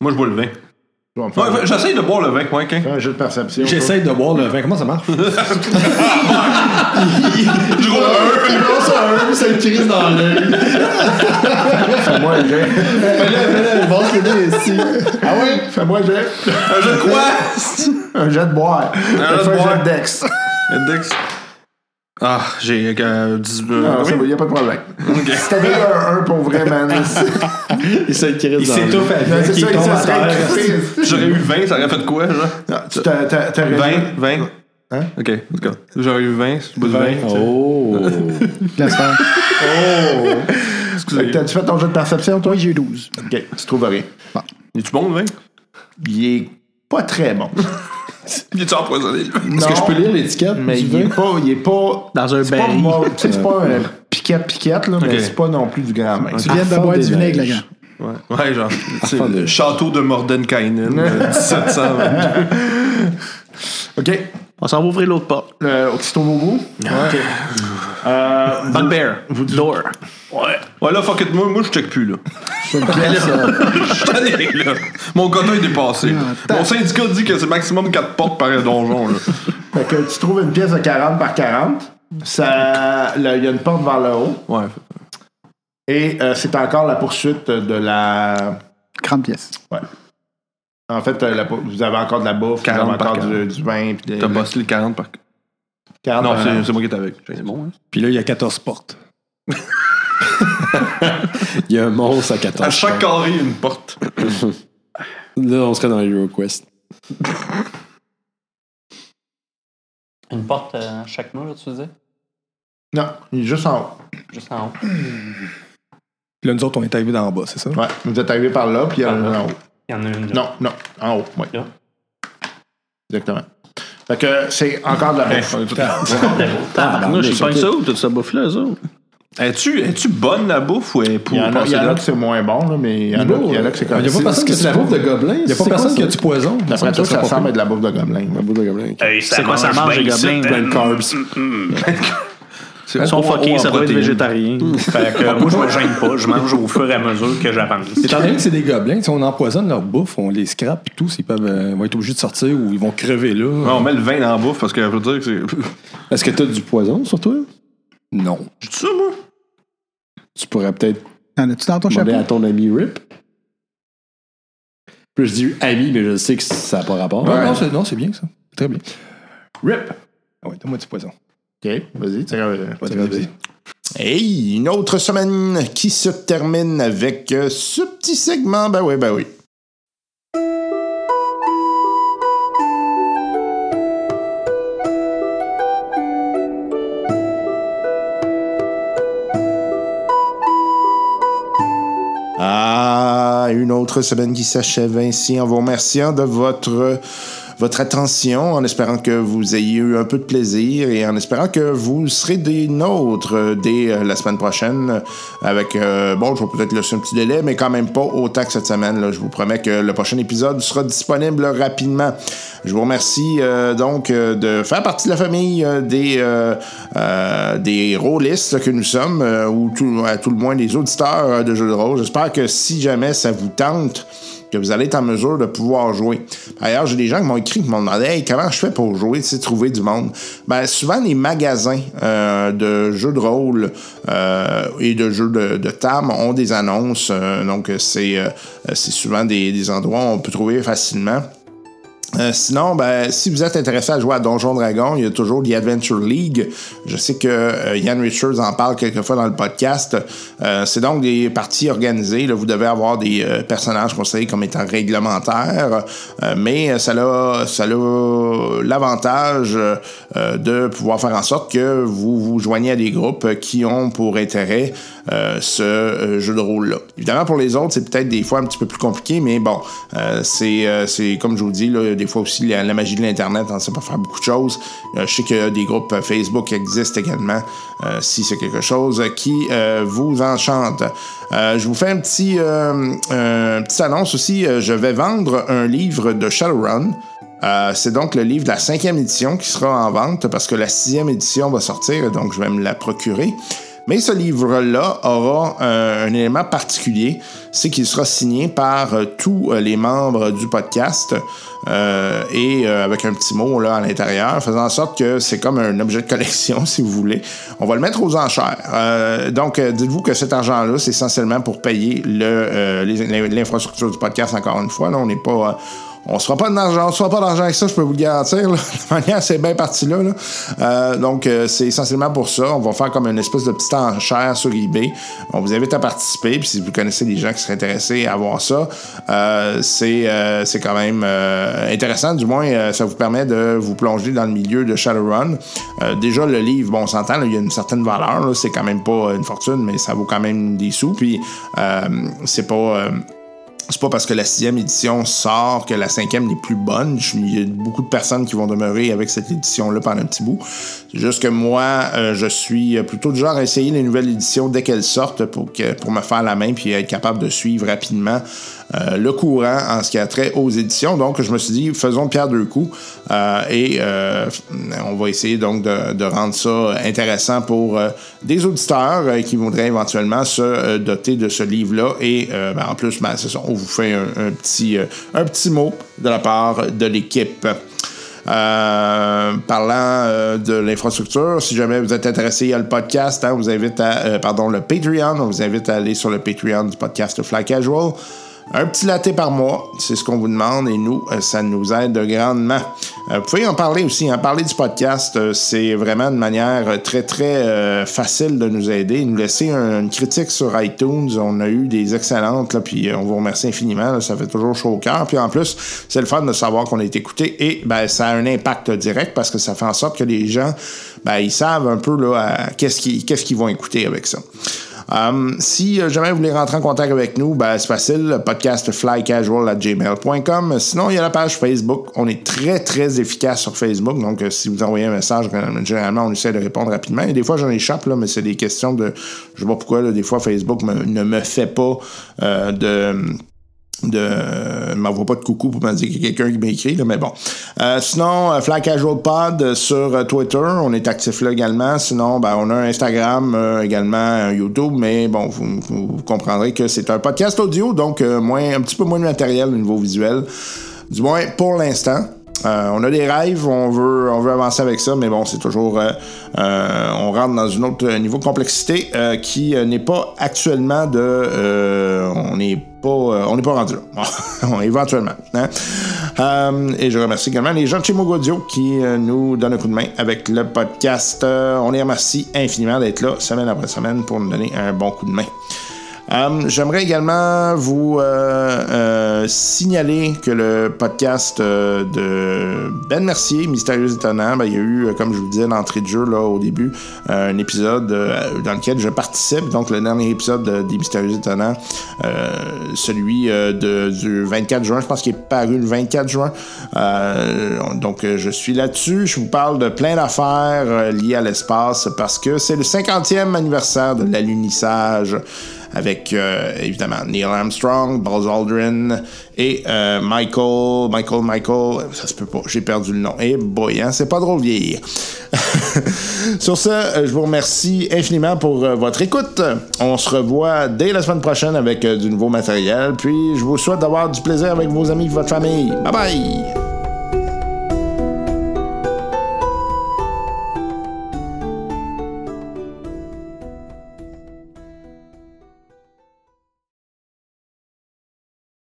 [SPEAKER 7] Moi je bois le vin.
[SPEAKER 3] Tu vas me faire
[SPEAKER 7] Ouais, ouais, J'essaye de boire le vin, ouais,
[SPEAKER 5] Euh,
[SPEAKER 7] hein.
[SPEAKER 3] un jeu de perception.
[SPEAKER 16] J'essaie de boire le vin. Comment ça marche?
[SPEAKER 7] Je roule un.
[SPEAKER 9] ça me crise dans l'œil.
[SPEAKER 3] Fais-moi un jet. Ah oui? Fais-moi un jet.
[SPEAKER 7] Un jeu de quoi?
[SPEAKER 3] Un jet de boire.
[SPEAKER 7] jet de
[SPEAKER 3] Fais-moi un
[SPEAKER 7] boire.
[SPEAKER 3] jet de dex.
[SPEAKER 7] Index. Ah, j'ai euh, 10.
[SPEAKER 5] Ah,
[SPEAKER 3] Non, Ah, ça
[SPEAKER 7] oui.
[SPEAKER 3] va, y a pas de problème. Si t'avais un 1 pour vrai, man.
[SPEAKER 9] Il ça me crise dans l'œil.
[SPEAKER 16] s'étouffe à
[SPEAKER 3] Non,
[SPEAKER 16] vie,
[SPEAKER 3] C'est
[SPEAKER 16] qui
[SPEAKER 3] ça,
[SPEAKER 16] tombe
[SPEAKER 3] ça
[SPEAKER 16] à
[SPEAKER 5] Ah,
[SPEAKER 3] serait
[SPEAKER 16] terre.
[SPEAKER 3] crispé.
[SPEAKER 7] J'aurais eu 20, ça aurait fait quoi, genre?
[SPEAKER 9] Ah,
[SPEAKER 3] Tu t'a- t'a- T'aurais
[SPEAKER 7] 20, 20. Hein? Ok, let's go. J'aurais eu 20, c'est pas du 20.
[SPEAKER 9] Oh!
[SPEAKER 5] Laisse faire.
[SPEAKER 3] Fait que T'as-tu fait ton jeu de perception, toi?
[SPEAKER 5] Oui, j'ai eu 12.
[SPEAKER 3] Ok, tu trouves rien.
[SPEAKER 7] Es-tu bon, le vin?
[SPEAKER 3] Il est pas très bon.
[SPEAKER 7] Il est-tu empoisonné, le vin?
[SPEAKER 9] Est-ce que je peux lire l'étiquette?
[SPEAKER 3] Mais
[SPEAKER 9] du
[SPEAKER 3] il est
[SPEAKER 9] vin?
[SPEAKER 3] pas. Il est pas.
[SPEAKER 4] Dans un
[SPEAKER 3] C'est pas,
[SPEAKER 4] baril.
[SPEAKER 3] mort- tu sais, c'est pas un piquette-piquette, là, mais
[SPEAKER 7] Ok.
[SPEAKER 3] c'est pas non plus du grand vin.
[SPEAKER 5] Tu viens de
[SPEAKER 9] Enfant
[SPEAKER 5] boire
[SPEAKER 9] des
[SPEAKER 5] du vinaigre, la
[SPEAKER 9] neiges.
[SPEAKER 5] gars.
[SPEAKER 7] Ouais, ouais genre. c'est-
[SPEAKER 9] fin de-
[SPEAKER 7] Château de Mordenkainen, euh, 1722.
[SPEAKER 3] Ok.
[SPEAKER 4] On s'en va ouvrir l'autre porte.
[SPEAKER 3] Le petit au bout.
[SPEAKER 4] Bugbear. Door.
[SPEAKER 7] Ouais, là, fuck it, moi, moi je check plus, là. Je suis allé, là. Mon quota est dépassé. Mon syndicat dit que c'est maximum 4 portes par donjon, là.
[SPEAKER 3] Fait que tu trouves une pièce de 40 par 40. Ça, là, il y a une porte vers le haut.
[SPEAKER 7] Ouais.
[SPEAKER 3] Et euh, c'est encore la poursuite de la.
[SPEAKER 5] Grande pièce.
[SPEAKER 3] Ouais.
[SPEAKER 2] En fait, euh, la- vous avez encore de la bouffe, vous
[SPEAKER 7] 40
[SPEAKER 2] avez
[SPEAKER 7] par
[SPEAKER 2] encore du,
[SPEAKER 7] 40.
[SPEAKER 2] du vin. puis des- euh,
[SPEAKER 7] T'as bossé le 40 par.
[SPEAKER 2] 40
[SPEAKER 7] Non,
[SPEAKER 2] par-
[SPEAKER 7] c'est- c'est moi qui étais avec. C'est bon, hein?
[SPEAKER 9] Puis là, il y a 14 portes. il y a un monstre à 14.
[SPEAKER 7] À chaque carré, une porte.
[SPEAKER 9] Là, on serait dans HeroQuest.
[SPEAKER 6] Une porte à chaque mot, là, tu disais?
[SPEAKER 2] Non, il est juste en haut.
[SPEAKER 6] Juste en haut.
[SPEAKER 3] Puis là, nous autres, on est arrivés d'en bas, c'est ça?
[SPEAKER 2] Ouais, vous êtes arrivé par là, puis il y en a
[SPEAKER 6] Par là.
[SPEAKER 2] un en haut.
[SPEAKER 6] Il y en a une. là.
[SPEAKER 2] Non, non, en haut, oui.
[SPEAKER 6] Là.
[SPEAKER 2] Exactement. Fait que c'est encore de la bouffe.
[SPEAKER 4] Tabarnouche, ils pognent ça où, toute cette bouffe-là, ça?
[SPEAKER 7] Es-tu es-tu bonne la bouffe ou est
[SPEAKER 2] Il y en a, il y en a que c'est moins bon, là, mais il y en
[SPEAKER 9] Oh,
[SPEAKER 2] a, il y en
[SPEAKER 9] hein.
[SPEAKER 2] a que c'est
[SPEAKER 3] Il
[SPEAKER 2] comme
[SPEAKER 3] n'y a pas personne qui a
[SPEAKER 9] euh, C'est la
[SPEAKER 3] du
[SPEAKER 9] bouffe de
[SPEAKER 3] poison.
[SPEAKER 9] gobelin.
[SPEAKER 3] Il y a pas personne qui a du poison.
[SPEAKER 2] D'après toi, ça
[SPEAKER 9] pas
[SPEAKER 2] ressemble à de la bouffe de gobelin.
[SPEAKER 9] La bouffe de gobelin. ok.
[SPEAKER 4] C'est quoi ça mange, les gobelins?
[SPEAKER 9] Plein de carbs.
[SPEAKER 6] Mm,
[SPEAKER 4] Ils sont fuckés, ça doit être végétarien.
[SPEAKER 6] Fait que moi, je me gêne pas. Je mange au fur et à mesure que j'avance.
[SPEAKER 3] Étant donné que c'est des gobelins, si on empoisonne leur bouffe, on les scrape et tout, ils peuvent euh, vont être obligés de sortir ou ils vont crever là.
[SPEAKER 7] Ouais, on met le vin dans la bouffe parce que je veux dire que c'est.
[SPEAKER 9] Est-ce que t'as du poison sur toi?
[SPEAKER 3] Non.
[SPEAKER 7] J'ai dit ça, moi?
[SPEAKER 9] Tu pourrais peut-être
[SPEAKER 5] En as-tu dans ton
[SPEAKER 9] demander Ben, à
[SPEAKER 5] chapeau?
[SPEAKER 9] ton ami Rip. Puis je dis ami, mais je sais que ça n'a pas rapport.
[SPEAKER 3] Ouais, Non, c'est, non, c'est bien ça. C'est Très bien. Rip! Ah ouais, donne-moi du poison.
[SPEAKER 2] OK, vas-y. t'es- euh,
[SPEAKER 3] Vas-y, vas-y.
[SPEAKER 2] Hey, une autre semaine qui se termine avec euh, ce petit segment. Ben oui, ben oui. Ah, une autre semaine qui s'achève ainsi en vous remerciant de votre, votre attention, en espérant que vous ayez eu un peu de plaisir et en espérant que vous serez des nôtres euh, dès euh, la semaine prochaine. euh, Avec, euh, bon, je vais peut-être laisser un petit délai, mais quand même pas autant que cette semaine. Là. Je vous promets que le prochain épisode sera disponible rapidement. Je vous remercie euh, donc euh, de faire partie de la famille euh, des, euh, euh, des rôlistes que nous sommes, euh, ou tout, à tout le moins des auditeurs euh, de jeux de rôle. J'espère que si jamais ça vous tente, que vous allez être en mesure de pouvoir jouer. D'ailleurs, j'ai des gens qui m'ont écrit, qui m'ont demandé Hey, comment je fais pour jouer, tu sais, trouver du monde. Ben, souvent, les magasins euh, de jeux de rôle euh, et de jeux de, de table ont des annonces. euh, donc, c'est euh, c'est souvent des, des endroits où on peut trouver facilement. Euh, sinon, ben, si vous êtes intéressé à jouer à Donjon Dragon, il y a toujours The Adventure League. Je sais que euh, Ian Richards en parle quelquefois dans le podcast. Euh, c'est donc des parties organisées. là. vous devez avoir des euh, personnages considérés comme étant réglementaires, Euh, mais euh, ça a, ça a l'avantage euh, euh, de pouvoir faire en sorte que vous vous joignez à des groupes euh, qui ont pour intérêt euh, ce euh, jeu de rôle-là. Évidemment, pour les autres, c'est peut-être des fois un petit peu plus compliqué, mais bon, euh, c'est euh, c'est comme je vous dis, là, des fois aussi la, la magie de l'Internet, on ne sait pas faire beaucoup de choses. Euh, je sais que des groupes Facebook existent également, euh, si c'est quelque chose qui euh, vous enchante. Euh, je vous fais un petit, euh, euh, petite annonce aussi. Euh, Je vais vendre un livre de Shadowrun. Euh, c'est donc le livre de la cinquième édition qui sera en vente parce que la sixième édition va sortir, et donc je vais me la procurer. Mais ce livre-là aura euh, un élément particulier, c'est qu'il sera signé par euh, tous euh, les membres du podcast euh, et euh, avec un petit mot là à l'intérieur, faisant en sorte que c'est comme un objet de collection, si vous voulez. On va le mettre aux enchères. Euh, donc, euh, dites-vous que cet argent-là, c'est essentiellement pour payer le, euh, les- l'infrastructure du podcast, encore une fois. Là, on n'est pas... euh, on ne sera pas d'argent, on se fera pas d'argent avec ça, je peux vous le garantir. là. La manière, c'est bien parti là. là. Euh, donc, euh, c'est essentiellement pour ça. On va faire comme une espèce de petite enchère sur eBay. On vous invite à participer. Puis si vous connaissez des gens qui seraient intéressés à voir ça, euh, c'est euh, c'est quand même euh, intéressant. Du moins, euh, ça vous permet de vous plonger dans le milieu de Shadowrun. Euh, déjà, le livre, bon, on s'entend, là, il y a une certaine valeur. là. C'est quand même pas une fortune, mais ça vaut quand même des sous. Puis, euh, c'est pas. euh, c'est pas parce que la sixième édition sort que la cinquième n'est plus bonne. Je- Il y a beaucoup de personnes qui vont demeurer avec cette édition-là pendant un petit bout. C'est juste que moi, euh, je suis plutôt du genre à essayer les nouvelles éditions dès qu'elles sortent pour, que, pour me faire la main puis être capable de suivre rapidement euh, le courant en ce qui a trait aux éditions. Donc, je me suis dit, faisons pierre deux coups euh, et euh, on va essayer donc de, de rendre ça intéressant pour euh, des auditeurs euh, qui voudraient éventuellement se euh, doter de ce livre-là. Et euh, ben, en plus, ben, c'est ça, on vous fait un, un petit, euh, un petit mot de la part de l'équipe. Euh, parlant euh, de l'infrastructure, si jamais vous êtes intéressé à le podcast, hein, on vous invite à, euh, pardon, le Patreon, on vous invite à aller sur le Patreon du podcast Fly Casual. Un petit latte par mois, c'est ce qu'on vous demande et nous, euh, ça nous aide grandement. Euh, vous pouvez en parler aussi, en parler du podcast, euh, c'est vraiment une manière euh, très, très euh, facile de nous aider. Nous laisser un- une critique sur iTunes, on a eu des excellentes, là, puis euh, on vous remercie infiniment, là, ça fait toujours chaud au cœur. Puis en plus, c'est le fun de savoir qu'on est écouté et ben, ça a un impact direct parce que ça fait en sorte que les gens, ben, ils savent un peu là, à- qu'est-ce qu'ils qu'est-ce qu'ils vont écouter avec ça. Um, si euh, jamais vous voulez rentrer en contact avec nous, ben, c'est facile, le podcast flycasual.gmail.com. Sinon, il y a la page Facebook. On est très, très efficace sur Facebook. Donc, euh, si vous envoyez un message, euh, généralement, on essaie de répondre rapidement. Et des fois, j'en échappe, là, mais c'est des questions de... Je sais pas pourquoi, là, des fois, Facebook me- ne me fait pas euh, de de m'envoie pas de coucou pour me dire qu'il y a quelqu'un qui m'écrit là, mais bon Euh, sinon euh, Fly Casual Pod euh, sur euh, Twitter on est actif là également sinon ben, on a un Instagram euh, également un YouTube mais bon vous, vous comprendrez que c'est un podcast audio donc euh, moins un petit peu moins de matériel au niveau visuel du moins pour l'instant euh, on a des rêves, on veut, on veut avancer avec ça, mais bon, c'est toujours. euh, euh, on rentre dans un autre niveau de complexité euh, qui euh, n'est pas actuellement de. euh, on n'est pas, euh, on n'est pas rendu là. Éventuellement. hein. Euh, et je remercie également les gens de chez Mogodio qui euh, nous donnent un coup de main avec le podcast. Euh, on les remercie infiniment d'être là semaine après semaine pour nous donner un bon coup de main. Hum, J'aimerais également vous euh, euh, signaler que le podcast euh, de Ben Mercier, Mystérieux Étonnant, ben, il y a eu, euh, comme je vous disais, l'entrée de jeu là, au début, euh, un épisode euh, dans lequel je participe. Donc, le dernier épisode de- des Mystérieux Étonnants, euh, celui euh, de- du 24 juin, je pense qu'il est paru le 24 juin. Euh, on- donc, euh, je suis là-dessus. Je vous parle de plein d'affaires euh, liées à l'espace parce que c'est le 50e anniversaire de l'alunissage avec euh, évidemment Neil Armstrong, Buzz Aldrin et euh, Michael, Michael, Michael, ça se peut pas, j'ai perdu le nom. Et boy, hein, c'est pas drôle vieillir. Sur ce, euh, je vous remercie infiniment pour euh, votre écoute. On se revoit dès la semaine prochaine avec euh, du nouveau matériel. Puis je vous souhaite d'avoir du plaisir avec vos amis, votre famille. Bye bye.